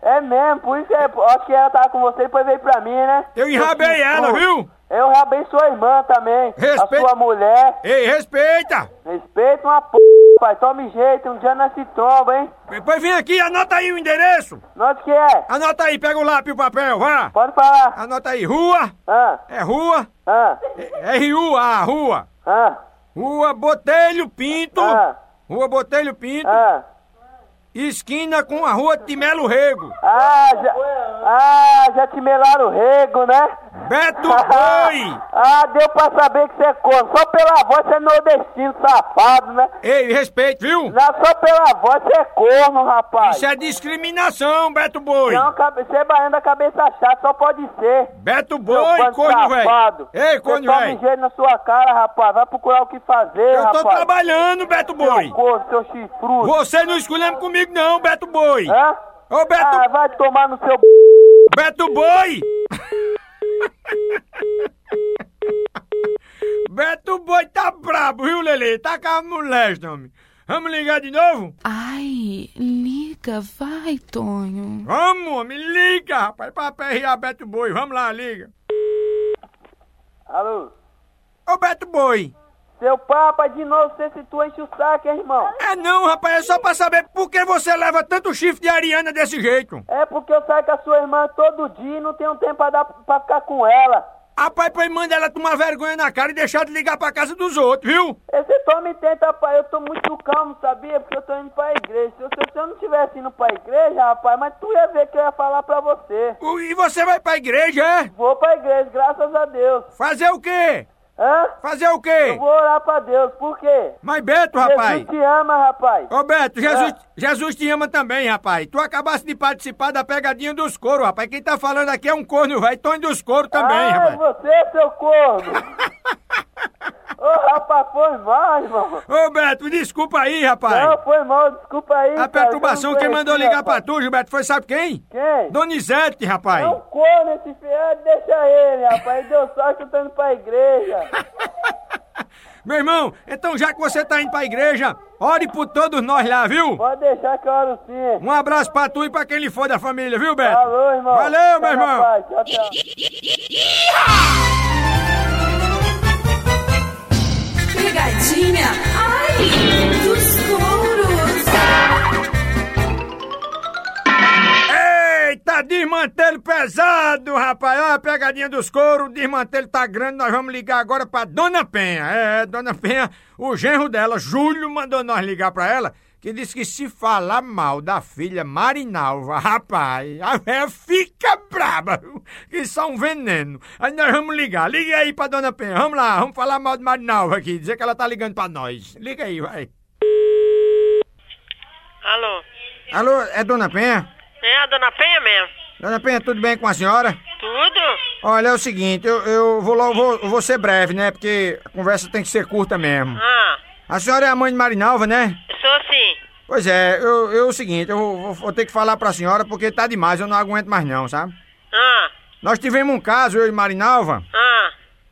Speaker 7: É mesmo, por isso que eu acho que ela tava com você e depois veio pra mim, né?
Speaker 1: Eu enrabei ela, viu?
Speaker 7: Eu enrabei sua irmã também,
Speaker 1: respeita.
Speaker 7: a sua mulher.
Speaker 1: Ei, respeita!
Speaker 7: Respeita uma p, pai, tome jeito, um dia nós se tromba, hein?
Speaker 1: Depois vem aqui, anota aí o endereço.
Speaker 7: Anota o que é?
Speaker 1: Anota aí, pega o lápis e o papel, vá.
Speaker 7: Pode falar.
Speaker 1: Anota aí, rua.
Speaker 7: Ah.
Speaker 1: É rua.
Speaker 7: Ah.
Speaker 1: É, R-U-A, rua.
Speaker 7: Ah.
Speaker 1: Rua Botelho Pinto.
Speaker 7: Ah.
Speaker 1: Rua Botelho Pinto.
Speaker 7: Ah
Speaker 1: esquina com a rua Timelo Rego.
Speaker 7: Ah, já, ah, já timelaram o rego, né?
Speaker 1: Beto Boi!
Speaker 7: ah, deu pra saber que você é corno. Só pela voz você é nordestino, safado, né?
Speaker 1: Ei, respeito, viu?
Speaker 7: Não, só pela voz você é corno, rapaz.
Speaker 1: Isso é discriminação, Beto Boi.
Speaker 7: Não, você é baiano da cabeça chata, só pode ser.
Speaker 1: Beto Boi, corno velho. Ei, corno velho.
Speaker 7: Toma jeito na sua cara, rapaz. Vai procurar o que fazer,
Speaker 1: Eu
Speaker 7: rapaz.
Speaker 1: tô trabalhando, Beto Boi.
Speaker 7: Seu corno, seu chifrudo.
Speaker 1: Você não escolhendo comigo não, Beto Boi.
Speaker 7: Hã?
Speaker 1: Ô, Beto...
Speaker 7: Ah, vai tomar no seu...
Speaker 1: Beto Boi! Beto Boi tá brabo, viu, Lele? Tá com a mulher, homem. Vamos ligar de novo?
Speaker 4: Ai, liga, vai, Tonho.
Speaker 1: Vamos, homem, liga, rapaz, pra PRA Beto Boi. Vamos lá, liga.
Speaker 7: Alô?
Speaker 1: Ô, Beto Boi.
Speaker 7: Seu papa, de novo você se tu enche o saco, hein, irmão?
Speaker 1: É não, rapaz, é só pra saber por que você leva tanto chifre de Ariana desse jeito.
Speaker 7: É porque eu saio com a sua irmã todo dia e não tenho tempo pra, dar, pra ficar com ela.
Speaker 1: Rapaz, pois manda ela tomar vergonha na cara e deixar de ligar pra casa dos outros, viu?
Speaker 7: Esse tome tenta, rapaz, eu tô muito calmo, sabia? Porque eu tô indo pra igreja. Se eu, se eu não tivesse indo pra igreja, rapaz, mas tu ia ver que eu ia falar pra você.
Speaker 1: E você vai pra igreja, é?
Speaker 7: Vou pra igreja, graças a Deus.
Speaker 1: Fazer o quê?
Speaker 7: Hã?
Speaker 1: Fazer o quê?
Speaker 7: Eu vou orar pra Deus, por quê?
Speaker 1: Mas Beto, rapaz...
Speaker 7: Jesus te ama, rapaz.
Speaker 1: Ô Beto, Jesus,
Speaker 7: É.
Speaker 1: Hã? Jesus te ama também, rapaz. Tu acabaste de participar da pegadinha dos couro, rapaz. Quem tá falando aqui é um corno, vai. Tony dos couro também,
Speaker 7: ah,
Speaker 1: rapaz.
Speaker 7: você, seu corno. Ô, rapaz, foi mal, irmão.
Speaker 1: Ô, Beto, desculpa aí, rapaz.
Speaker 7: Não, foi mal, desculpa aí.
Speaker 1: A perturbação, quem mandou ligar rapaz. pra tu, Gilberto, foi sabe quem?
Speaker 7: Quem?
Speaker 1: Donizete, rapaz.
Speaker 7: Não corno esse fiado, deixa ele, rapaz. Deu sorte que eu tô indo pra igreja.
Speaker 1: Meu irmão, então já que você tá indo pra igreja, ore por todos nós lá, viu?
Speaker 7: Pode deixar que eu oro sim.
Speaker 1: Um abraço pra tu e pra quem lhe for da família, viu, Beto?
Speaker 7: Falou, irmão.
Speaker 1: Valeu, meu irmão.
Speaker 7: Rapaz, tchau, tchau.
Speaker 2: Pegadinha, ai, dos touros.
Speaker 1: Eita, desmantelho pesado, rapaz. Olha a pegadinha dos couros, o desmantelho tá grande. Nós vamos ligar agora é, pra Dona Penha. É, Dona Penha, o genro dela, Júlio, mandou nós ligar pra ela que diz que se falar mal da filha Marinalva, rapaz, a véia fica braba, viu? que só um veneno. Aí nós vamos ligar, liga aí pra Dona Penha, vamos lá, vamos falar mal de Marinalva aqui, dizer que ela tá ligando pra nós. Liga aí, vai.
Speaker 13: Alô?
Speaker 1: Alô, é Dona Penha?
Speaker 13: É a Dona Penha mesmo?
Speaker 1: Dona Penha, tudo bem com a senhora?
Speaker 13: Tudo?
Speaker 1: Olha, é o seguinte, eu, eu vou logo, vou, eu vou ser breve, né, porque a conversa tem que ser curta mesmo.
Speaker 13: Ah,
Speaker 1: A senhora é a mãe de Marinalva, né?
Speaker 13: sou sim.
Speaker 1: Pois é, eu, eu é o seguinte, eu vou, vou- vou ter que falar pra senhora porque tá demais, eu não aguento mais não, sabe?
Speaker 13: Ah,
Speaker 1: Nós tivemos um caso, eu e Marinalva,
Speaker 13: ah,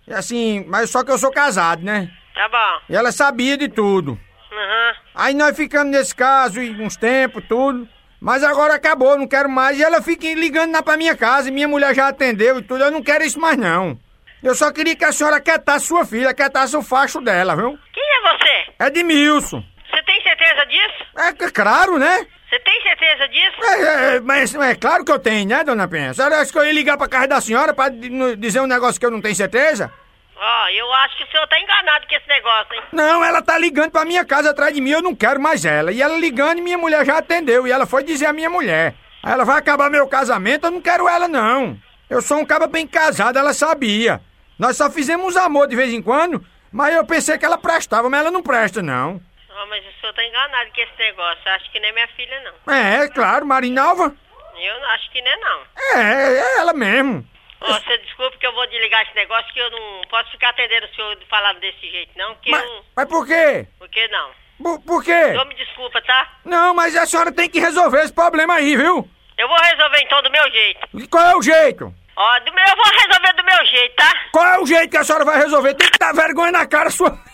Speaker 1: e assim, mas só que eu sou casado, né?
Speaker 13: tá bom.
Speaker 1: E ela sabia de tudo.
Speaker 13: Aham.
Speaker 1: Aí nós ficamos nesse caso e uns tempos, tudo. Mas agora acabou, não quero mais. E ela fica ligando lá pra minha casa, e minha mulher já atendeu e tudo. Eu não quero isso mais, não. Eu só queria que a senhora quietasse sua filha, quietasse o facho dela, viu?
Speaker 13: Quem é você?
Speaker 1: É de Milson.
Speaker 13: Você tem certeza disso?
Speaker 1: É c- claro, né?
Speaker 13: Você tem certeza disso?
Speaker 1: É, é, mas é claro que eu tenho, né, dona Penha? A senhora acha que eu ia ligar pra casa da senhora pra di- no- dizer um negócio que eu não tenho certeza?
Speaker 13: Ó, eu acho que o senhor tá enganado com esse negócio, hein?
Speaker 1: Não, ela tá ligando pra minha casa atrás de mim, eu não quero mais ela. E ela ligando e minha mulher já atendeu. E ela foi dizer à minha mulher. Aí ela vai acabar meu casamento, eu não quero ela, não. Eu sou um cara bem casado, ela sabia. Nós só fizemos amor de vez em quando, mas eu pensei que ela prestava, mas ela não presta, não.
Speaker 13: Ó, mas o senhor tá enganado com esse negócio. Acho que nem é minha filha, não.
Speaker 1: É, é claro, Marinalva.
Speaker 13: Eu não acho que nem não.
Speaker 1: É, é ela mesmo.
Speaker 13: Ó, você desculpa que eu vou desligar esse negócio que eu não posso ficar atendendo o senhor falando desse jeito, não. Que eu não...
Speaker 1: Mas por quê?
Speaker 13: Por que não?
Speaker 1: Por, por quê?
Speaker 13: Então me desculpa, tá?
Speaker 1: Não, mas a senhora tem que resolver esse problema aí, viu?
Speaker 13: Eu vou resolver então do meu jeito.
Speaker 1: E qual é o jeito?
Speaker 13: Ó, do meu, eu vou resolver do meu jeito, tá?
Speaker 1: Qual é o jeito que a senhora vai resolver? Tem que dar vergonha na cara sua.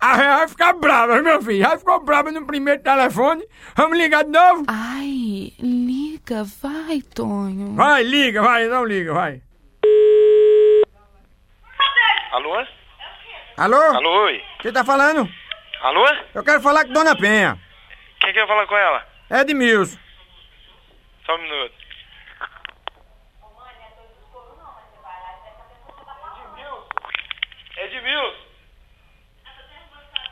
Speaker 1: A real vai ficar brava, meu filho. Já ficou brava no primeiro telefone. Vamos ligar de novo?
Speaker 4: Ai, liga, vai, Tonho.
Speaker 1: Vai, liga, vai, não liga, vai.
Speaker 14: Alô?
Speaker 1: Alô?
Speaker 14: Alô, oi.
Speaker 1: Quem tá falando?
Speaker 14: Alô?
Speaker 1: Eu quero falar com Dona Penha.
Speaker 14: Quem quer falar com ela?
Speaker 1: Edmilson.
Speaker 14: Só um minuto. Edmilson!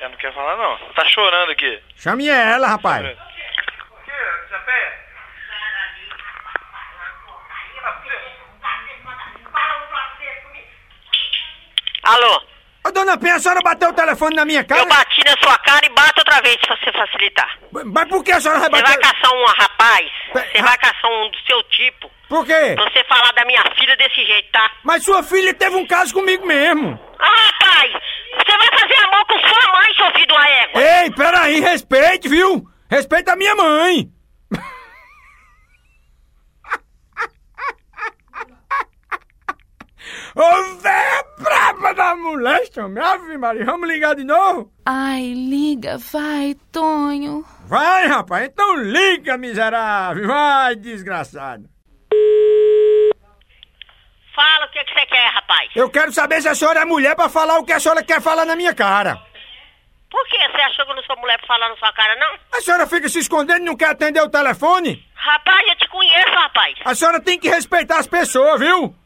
Speaker 14: Ela não quer falar, não. Tá chorando aqui.
Speaker 1: Chame ela, rapaz.
Speaker 13: Alô?
Speaker 1: Ô, Dona Penha, a senhora bateu o telefone na minha cara?
Speaker 13: Eu bati na sua cara e bato outra vez pra você facilitar.
Speaker 1: Mas por que a senhora vai
Speaker 13: Você vai
Speaker 1: bater? Ah.
Speaker 13: caçar um rapaz, você vai caçar um do seu tipo,
Speaker 1: Por quê?
Speaker 13: pra você falar da minha filha desse jeito, tá?
Speaker 1: Mas sua filha teve um caso comigo mesmo.
Speaker 13: Ah, rapaz! Você vai fazer amor com sua mãe, seu filho de uma égua!
Speaker 1: Ei, peraí, respeite, viu? Respeita a minha mãe. Ô, véia braba da mulher, chama. Ave Maria, vamos ligar de novo?
Speaker 4: Ai, liga, vai, Tonho.
Speaker 1: Vai, rapaz, então liga, miserável. Vai, desgraçado.
Speaker 13: Fala o que, que você quer, rapaz.
Speaker 1: Eu quero saber se a senhora é mulher pra falar o que a senhora quer falar na minha cara.
Speaker 13: Por que você achou que eu não sou mulher pra falar na sua cara, não?
Speaker 1: A senhora fica se escondendo e não quer atender o telefone?
Speaker 13: Rapaz, eu te conheço, rapaz.
Speaker 1: A senhora tem que respeitar as pessoas, viu?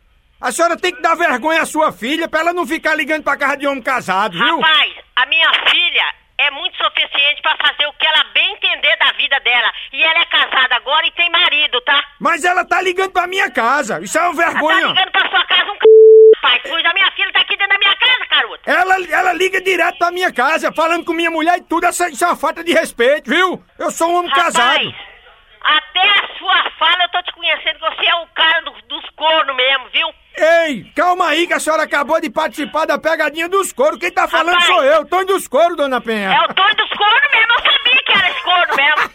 Speaker 1: A senhora tem que dar vergonha à sua filha pra ela não ficar ligando pra casa de homem casado, viu?
Speaker 13: Rapaz, a minha filha é muito suficiente pra fazer o que ela bem entender da vida dela. E ela é casada agora e tem marido, tá?
Speaker 1: Mas ela tá ligando pra minha casa. Isso é uma
Speaker 13: Tá
Speaker 1: vergonha.
Speaker 13: ligando pra sua casa um c... Rapaz,
Speaker 1: É.
Speaker 13: pois a minha filha tá aqui dentro da minha casa, garoto.
Speaker 1: Ela, ela liga direto pra minha casa, falando com minha mulher e tudo. Essa- Isso é uma falta de respeito, viu? Eu sou um homem
Speaker 13: Rapaz.
Speaker 1: casado.
Speaker 13: Até a sua fala eu tô te conhecendo que você é o cara do- dos cornos mesmo, viu?
Speaker 1: Ei, calma aí que a senhora acabou de participar da pegadinha dos couro. Quem tá falando
Speaker 13: Rapaz.
Speaker 1: sou eu, Tony dos couro, dona Penha.
Speaker 13: É o dono dos cornos mesmo, eu sabia que era esse corno mesmo.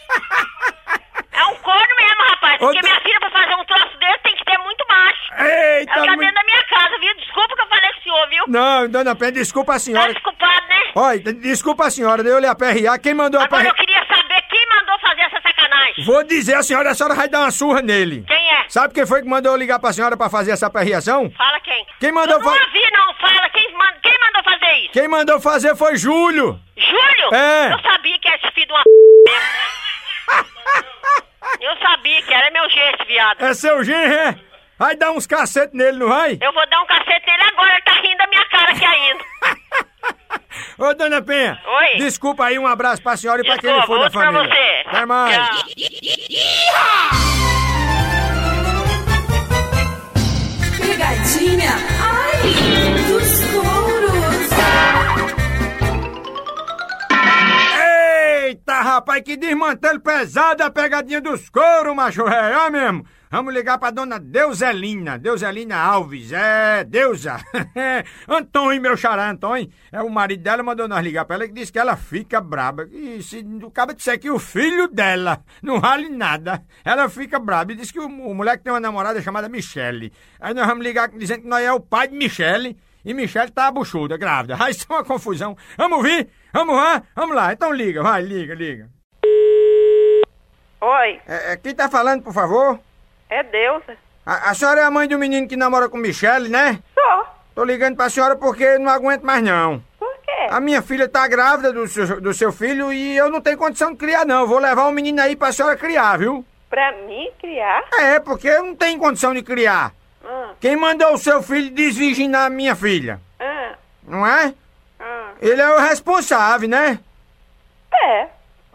Speaker 13: É um corno mesmo, rapaz. Porque minha filha, pra fazer um troço desse, tem que ter muito macho.
Speaker 1: Eita,
Speaker 13: Ela tá
Speaker 1: muito-
Speaker 13: dentro da minha casa, viu? Desculpa que eu falei com o senhor, viu?
Speaker 1: Não, dona Penha, desculpa a senhora.
Speaker 13: Desculpado, né?
Speaker 1: Olha, desculpa a senhora, eu lhe aperrear. Quem mandou
Speaker 13: Agora eu
Speaker 1: aperrear?
Speaker 13: queria saber quem mandou fazer essa sacanagem.
Speaker 1: Vou dizer a senhora, a senhora vai dar uma surra nele.
Speaker 13: Quem é?
Speaker 1: Sabe quem foi que mandou eu ligar pra senhora pra fazer essa aperreação?
Speaker 13: Fala quem.
Speaker 1: Quem mandou
Speaker 13: eu não
Speaker 1: fa-
Speaker 13: ouvi, não. Fala quem, man- quem mandou fazer isso.
Speaker 1: Quem mandou fazer foi Júlio.
Speaker 13: Júlio?
Speaker 1: É.
Speaker 13: Eu sabia que era esse filho de uma... mesmo. Eu sabia que era meu jeito, viado.
Speaker 1: É seu genro, é? Vai dar uns cacetes nele, não vai?
Speaker 13: Eu vou dar um cacete nele agora, ele tá rindo da minha cara aqui ainda.
Speaker 1: Ô, dona Penha.
Speaker 13: Oi.
Speaker 1: Desculpa aí, um abraço pra senhora e pra quem
Speaker 13: Desculpa,
Speaker 1: for da
Speaker 13: outro pra
Speaker 1: família.
Speaker 13: você.
Speaker 1: Até mais.
Speaker 13: Tchau.
Speaker 2: Pegadinha, ai, dos touros.
Speaker 1: Eita, rapaz, que desmantelo pesado a pegadinha dos couro, macho. É, é mesmo. Vamos ligar pra dona Deuselina, Deuselina Alves, é, Deusa. Antônio, meu xará, Antônio, é o marido dela, mandou nós ligar pra ela que disse que ela fica braba. E se o cabo disser que o filho dela não vale nada, ela fica braba. E disse que o, o moleque tem uma namorada chamada Michele. Aí nós vamos ligar dizendo que nós é o pai de Michele e Michele tá buchuda, grávida. Aí isso é uma confusão. Vamos ouvir? Vamos lá? Vamos lá. Então liga, vai, liga, liga.
Speaker 15: Oi,
Speaker 1: É, é, quem tá falando, por favor?
Speaker 15: é Deusa.
Speaker 1: A, a senhora é a mãe do menino que namora com Michele, né? Sou. Tô ligando pra senhora porque não aguento mais não. Por quê? A minha filha tá grávida do seu, do seu filho e eu não tenho condição de criar não. Eu Vou levar o menino aí pra senhora criar, viu?
Speaker 15: Pra mim criar?
Speaker 1: É, porque eu não tenho condição de criar.
Speaker 15: Ah,
Speaker 1: Quem mandou o seu filho desvirginar a minha filha?
Speaker 15: ah,
Speaker 1: Não é?
Speaker 15: ah.
Speaker 1: Ele é o responsável, né?
Speaker 15: É,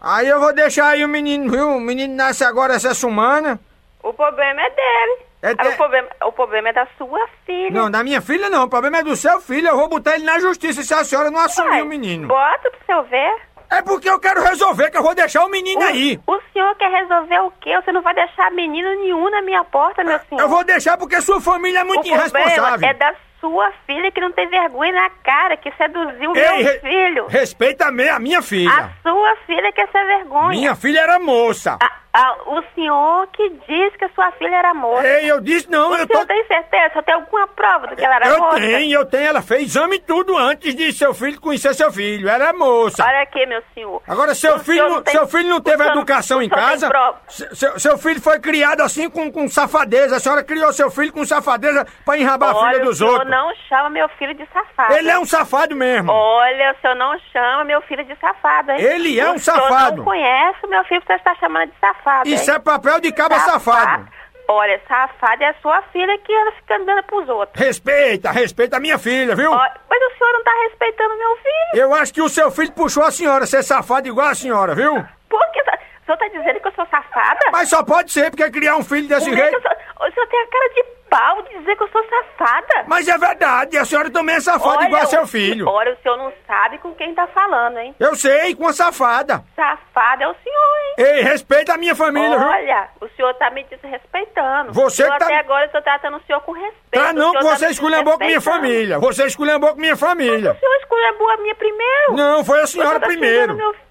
Speaker 1: Aí eu vou deixar aí o menino, viu? O menino nasce agora essa semana.
Speaker 15: o problema é dele.
Speaker 1: É
Speaker 15: Ah, o, problema, o problema é da sua filha.
Speaker 1: Não, da minha filha não. O problema é do seu filho. Eu vou botar ele na justiça se a senhora não assumir o menino.
Speaker 15: Bota pro seu ver.
Speaker 1: É porque eu quero resolver que eu vou deixar o menino aí.
Speaker 15: O senhor quer resolver o quê? Você não vai deixar menino nenhum na minha porta, meu senhor.
Speaker 1: Ah, Eu vou deixar porque sua família é muito
Speaker 15: o
Speaker 1: irresponsável.
Speaker 15: problema é da sua filha que não tem vergonha na cara, que seduziu o
Speaker 1: Ei,
Speaker 15: meu
Speaker 1: re-
Speaker 15: filho.
Speaker 1: Respeita me- a minha
Speaker 15: A
Speaker 1: filha.
Speaker 15: sua filha que é essa vergonha.
Speaker 1: Minha filha era moça.
Speaker 15: Ah, o senhor que disse que a sua filha era moça.
Speaker 1: Ei, eu disse não,
Speaker 15: o
Speaker 1: eu
Speaker 15: senhor
Speaker 1: tô-
Speaker 15: tem certeza? Você tem alguma prova do que ela era
Speaker 1: eu
Speaker 15: moça?
Speaker 1: tenho, eu tenho. Ela fez exame e tudo antes de seu filho conhecer seu filho. Ela é moça.
Speaker 15: Olha aqui, meu senhor.
Speaker 1: Agora,
Speaker 15: O
Speaker 1: seu
Speaker 15: senhor
Speaker 1: filho,
Speaker 15: não
Speaker 1: não-
Speaker 15: tem-
Speaker 1: seu filho não
Speaker 15: o
Speaker 1: teve
Speaker 15: senhor-
Speaker 1: educação
Speaker 15: o
Speaker 1: em
Speaker 15: senhor tem
Speaker 1: casa?
Speaker 15: prova.
Speaker 1: Se- Seu, seu filho foi criado assim com, com safadeza. A senhora criou seu filho com safadeza pra enrabar a
Speaker 15: Olha,
Speaker 1: filha dos
Speaker 15: o senhor
Speaker 1: outros.
Speaker 15: não chama meu filho de safado.
Speaker 1: Ele é um safado mesmo.
Speaker 15: Olha, o senhor não chama meu filho de safado, hein?
Speaker 1: Ele é um
Speaker 15: o senhor
Speaker 1: safado.
Speaker 15: não conhece o meu filho que você está chamando de safado,
Speaker 1: Isso
Speaker 15: hein?
Speaker 1: é papel de caba safado.
Speaker 15: Olha, safado é a sua filha que ela fica andando pros outros.
Speaker 1: Respeita, respeita a minha filha, viu?
Speaker 15: Ó, mas o senhor não tá respeitando meu filho.
Speaker 1: Eu acho que o seu filho puxou a senhora, ser safado igual a senhora, viu?
Speaker 15: Por que... sa- O senhor tá dizendo que eu sou safada?
Speaker 1: Mas só pode ser, porque criar um filho desse
Speaker 15: Como é que
Speaker 1: jeito.
Speaker 15: eu sou- O senhor tem a cara de pau de dizer que eu sou safada?
Speaker 1: Mas é verdade, a senhora também é safada
Speaker 15: Olha,
Speaker 1: igual a seu
Speaker 15: o-
Speaker 1: filho.
Speaker 15: Olha, o senhor não sabe com quem tá falando, hein?
Speaker 1: Eu sei, com a safada.
Speaker 15: Safada é o senhor, hein?
Speaker 1: Ei, respeita a minha família, viu?
Speaker 15: Olha, o senhor tá me desrespeitando.
Speaker 1: Você
Speaker 15: eu
Speaker 1: que tá-
Speaker 15: até agora estou tratando o senhor com respeito.
Speaker 1: Tá
Speaker 15: O
Speaker 1: não,
Speaker 15: senhor
Speaker 1: que você
Speaker 15: me
Speaker 1: esculhambou com minha
Speaker 15: desrespeitando.
Speaker 1: família. Você esculhambou com minha família.
Speaker 15: O senhor esculhambou a minha primeiro?
Speaker 1: Não, foi a senhora
Speaker 15: O senhor tá
Speaker 1: primeiro.
Speaker 15: xingando meu-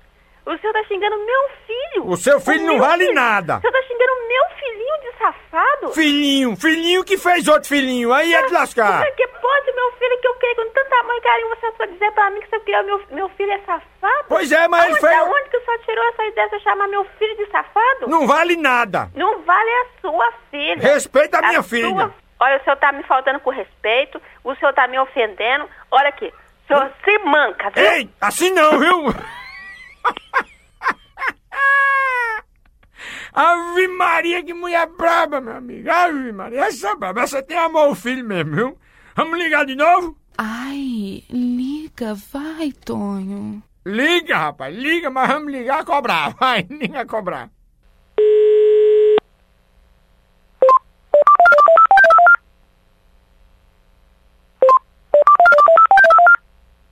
Speaker 15: O senhor tá xingando meu filho.
Speaker 1: O seu filho
Speaker 15: O
Speaker 1: não
Speaker 15: meu
Speaker 1: vale
Speaker 15: filho.
Speaker 1: nada.
Speaker 15: O senhor tá xingando meu filhinho de safado?
Speaker 1: Filhinho, filhinho que fez outro filhinho. Aí é de lascar.
Speaker 15: Como é que pode, meu filho, que eu criei com tanto amor e carinho, você só dizer pra mim que você criou meu, meu filho é safado?
Speaker 1: Pois é, mas ele
Speaker 15: Aonde-
Speaker 1: fez-
Speaker 15: Aonde que o senhor tirou essa ideia de eu chamar meu filho de safado?
Speaker 1: Não vale nada.
Speaker 15: Não vale a sua filha.
Speaker 1: Respeita a minha filha.
Speaker 15: Olha, o senhor tá me faltando com respeito, o senhor tá me ofendendo. Olha aqui, o senhor
Speaker 2: Hum?
Speaker 15: se manca, viu?
Speaker 1: Ei, assim não, viu? Ave Maria, que mulher braba, meu amigo. Ave Maria, essa é braba. Essa tem amor ao filho mesmo, viu? Vamos ligar de novo?
Speaker 4: Ai, liga, vai, Tonho.
Speaker 1: Liga, rapaz, liga, mas vamos ligar a cobrar. Vai, liga a cobrar.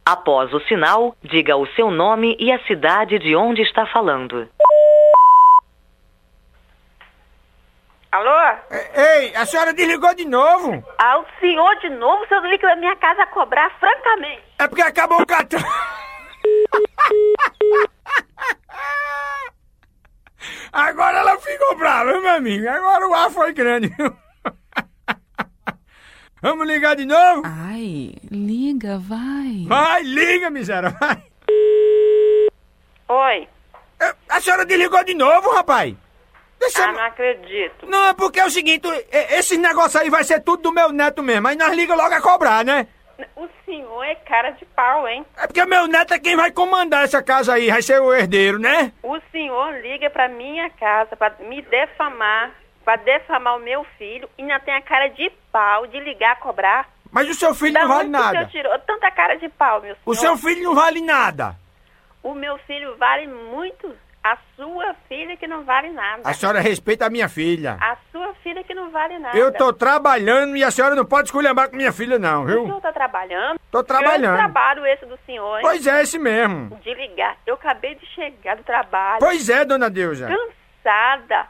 Speaker 5: Após o sinal, diga o seu nome e a cidade de onde está falando.
Speaker 15: Alô?
Speaker 1: Ei, a senhora desligou de novo?
Speaker 15: Ah, o senhor de novo, o senhor veio aqui na minha casa cobrar, Ah, francamente.
Speaker 1: É porque acabou o cartão. Agora ela ficou brava, meu amigo. Agora o ar foi grande, viu? Vamos ligar de novo?
Speaker 4: Ai, liga, vai.
Speaker 1: Vai, liga, miséria, vai.
Speaker 15: Oi?
Speaker 1: É, A senhora desligou de novo, rapaz? Deixa eu-
Speaker 15: Ah, não acredito.
Speaker 1: Não, é porque é o seguinte, e- esse negócio aí vai ser tudo do meu neto mesmo. Aí nós liga logo a cobrar, né?
Speaker 15: O senhor é cara de pau, hein?
Speaker 1: É porque meu neto é quem vai comandar essa casa aí, vai ser o herdeiro, né?
Speaker 15: O senhor liga pra minha casa pra me defamar, pra defamar o meu filho e ainda tem a cara de pau de ligar cobrar.
Speaker 2: Mas o seu filho
Speaker 15: Da
Speaker 2: não vale
Speaker 15: onde que O
Speaker 2: nada.
Speaker 15: senhor tirou tanta cara de pau, meu senhor.
Speaker 2: O seu filho não vale nada.
Speaker 15: O meu filho vale muito. A sua filha que não vale nada.
Speaker 2: A senhora respeita a minha filha.
Speaker 15: A sua filha que não vale nada.
Speaker 2: Eu tô trabalhando e a senhora não pode esculhambar com minha filha, não,
Speaker 15: O senhor
Speaker 2: viu?
Speaker 15: tá trabalhando?
Speaker 2: Tô trabalhando.
Speaker 15: Grande trabalho esse do senhor, hein?
Speaker 2: Pois é, esse mesmo.
Speaker 15: De ligar. Eu acabei de chegar do trabalho.
Speaker 2: Pois é, dona Deusa.
Speaker 15: Cansada.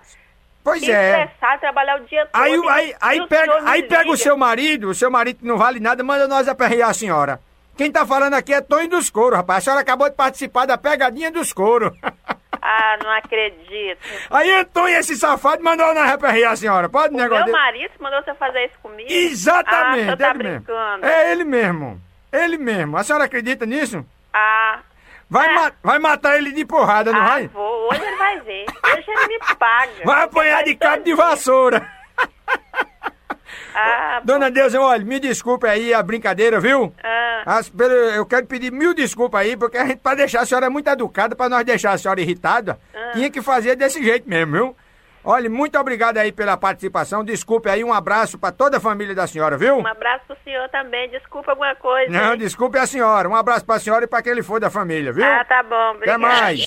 Speaker 2: Pois é.
Speaker 15: Estressada, trabalhar o dia todo.
Speaker 2: Aí,
Speaker 15: E-
Speaker 2: aí,
Speaker 15: e o
Speaker 2: aí, pega,
Speaker 15: senhor me
Speaker 2: aí pega o
Speaker 15: liga.
Speaker 2: seu marido, o seu marido que não vale nada, manda nós aperrear a senhora. Quem tá falando aqui é Tonho dos Couro, rapaz. A senhora acabou de participar da pegadinha dos couro.
Speaker 15: Ah, não acredito.
Speaker 2: Aí Antônio, esse safado, mandou nós aperrear a senhora. Pode negócio.
Speaker 15: Meu
Speaker 2: dele?
Speaker 15: marido mandou você fazer isso comigo?
Speaker 2: Exatamente,
Speaker 15: Ah, você tá
Speaker 2: ele mesmo.
Speaker 15: brincando.
Speaker 2: É ele mesmo. Ele mesmo. A senhora acredita nisso?
Speaker 15: Ah,
Speaker 2: Vai, ma- vai matar ele de porrada, não
Speaker 15: ah,
Speaker 2: vai?
Speaker 15: vou. Hoje ele vai ver. Hoje ele me paga.
Speaker 2: Vai apanhar de cabo de vassoura.
Speaker 15: Ah,
Speaker 2: Dona Deusa, olha, me desculpe aí a brincadeira, viu?
Speaker 15: Ah.
Speaker 2: As- pelo- eu quero pedir mil desculpas aí, porque a gente, pra deixar a senhora muito educada, pra nós deixar a senhora irritada,
Speaker 15: Ah.
Speaker 2: tinha que fazer desse jeito mesmo, viu? Olha, muito obrigado aí pela participação. Desculpe aí, um abraço pra toda a família da senhora, viu?
Speaker 15: um abraço pro senhor também. Desculpa alguma coisa.
Speaker 2: Não,
Speaker 15: hein?
Speaker 2: desculpe a senhora. Um abraço pra senhora e pra aquele for da família, viu?
Speaker 15: Ah, tá bom.
Speaker 2: Até
Speaker 15: Obrigado.
Speaker 2: mais.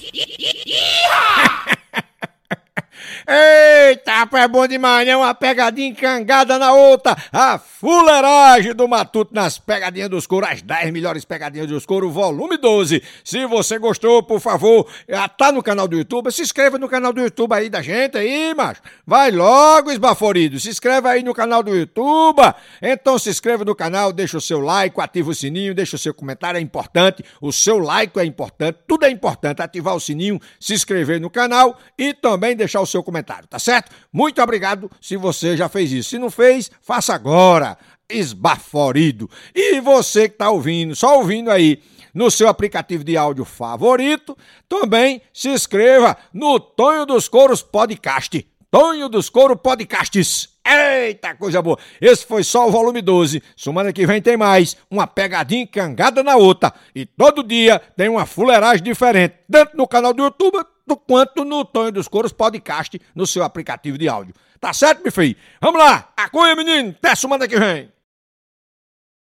Speaker 1: Eita, rapaz, é bom demais, né? Uma pegadinha encangada na outra. A fuleiragem do Matuto nas pegadinhas dos couro. As 10 melhores pegadinhas dos couro, volume 12. Se você gostou, por favor, já tá no canal do YouTube. Se inscreva no canal do YouTube aí da gente aí, macho. Vai logo, esbaforido. Se inscreve aí no canal do YouTube. Então se inscreva no canal, deixa o seu like, ativa o sininho, deixa o seu comentário, é importante. O seu like é importante, tudo é importante. Ativar o sininho, se inscrever no canal e também deixar o seu comentário, tá certo? Muito obrigado se você já fez isso. Se não fez, faça agora. Esbaforido. E você que tá ouvindo, só ouvindo aí no seu aplicativo de áudio favorito, também se inscreva no Tonho dos Coros Podcast. Tonho dos Couro Podcasts. Eita, coisa boa! Esse foi só o volume 12. Semana que vem tem mais. Uma pegadinha encangada na outra. E todo dia tem uma fuleiragem diferente. Tanto no canal do YouTube do- quanto no Tonho dos Couros Podcast no seu aplicativo de áudio. Tá certo, meu filho? Vamos lá! Acunha, menino! Até semana que vem!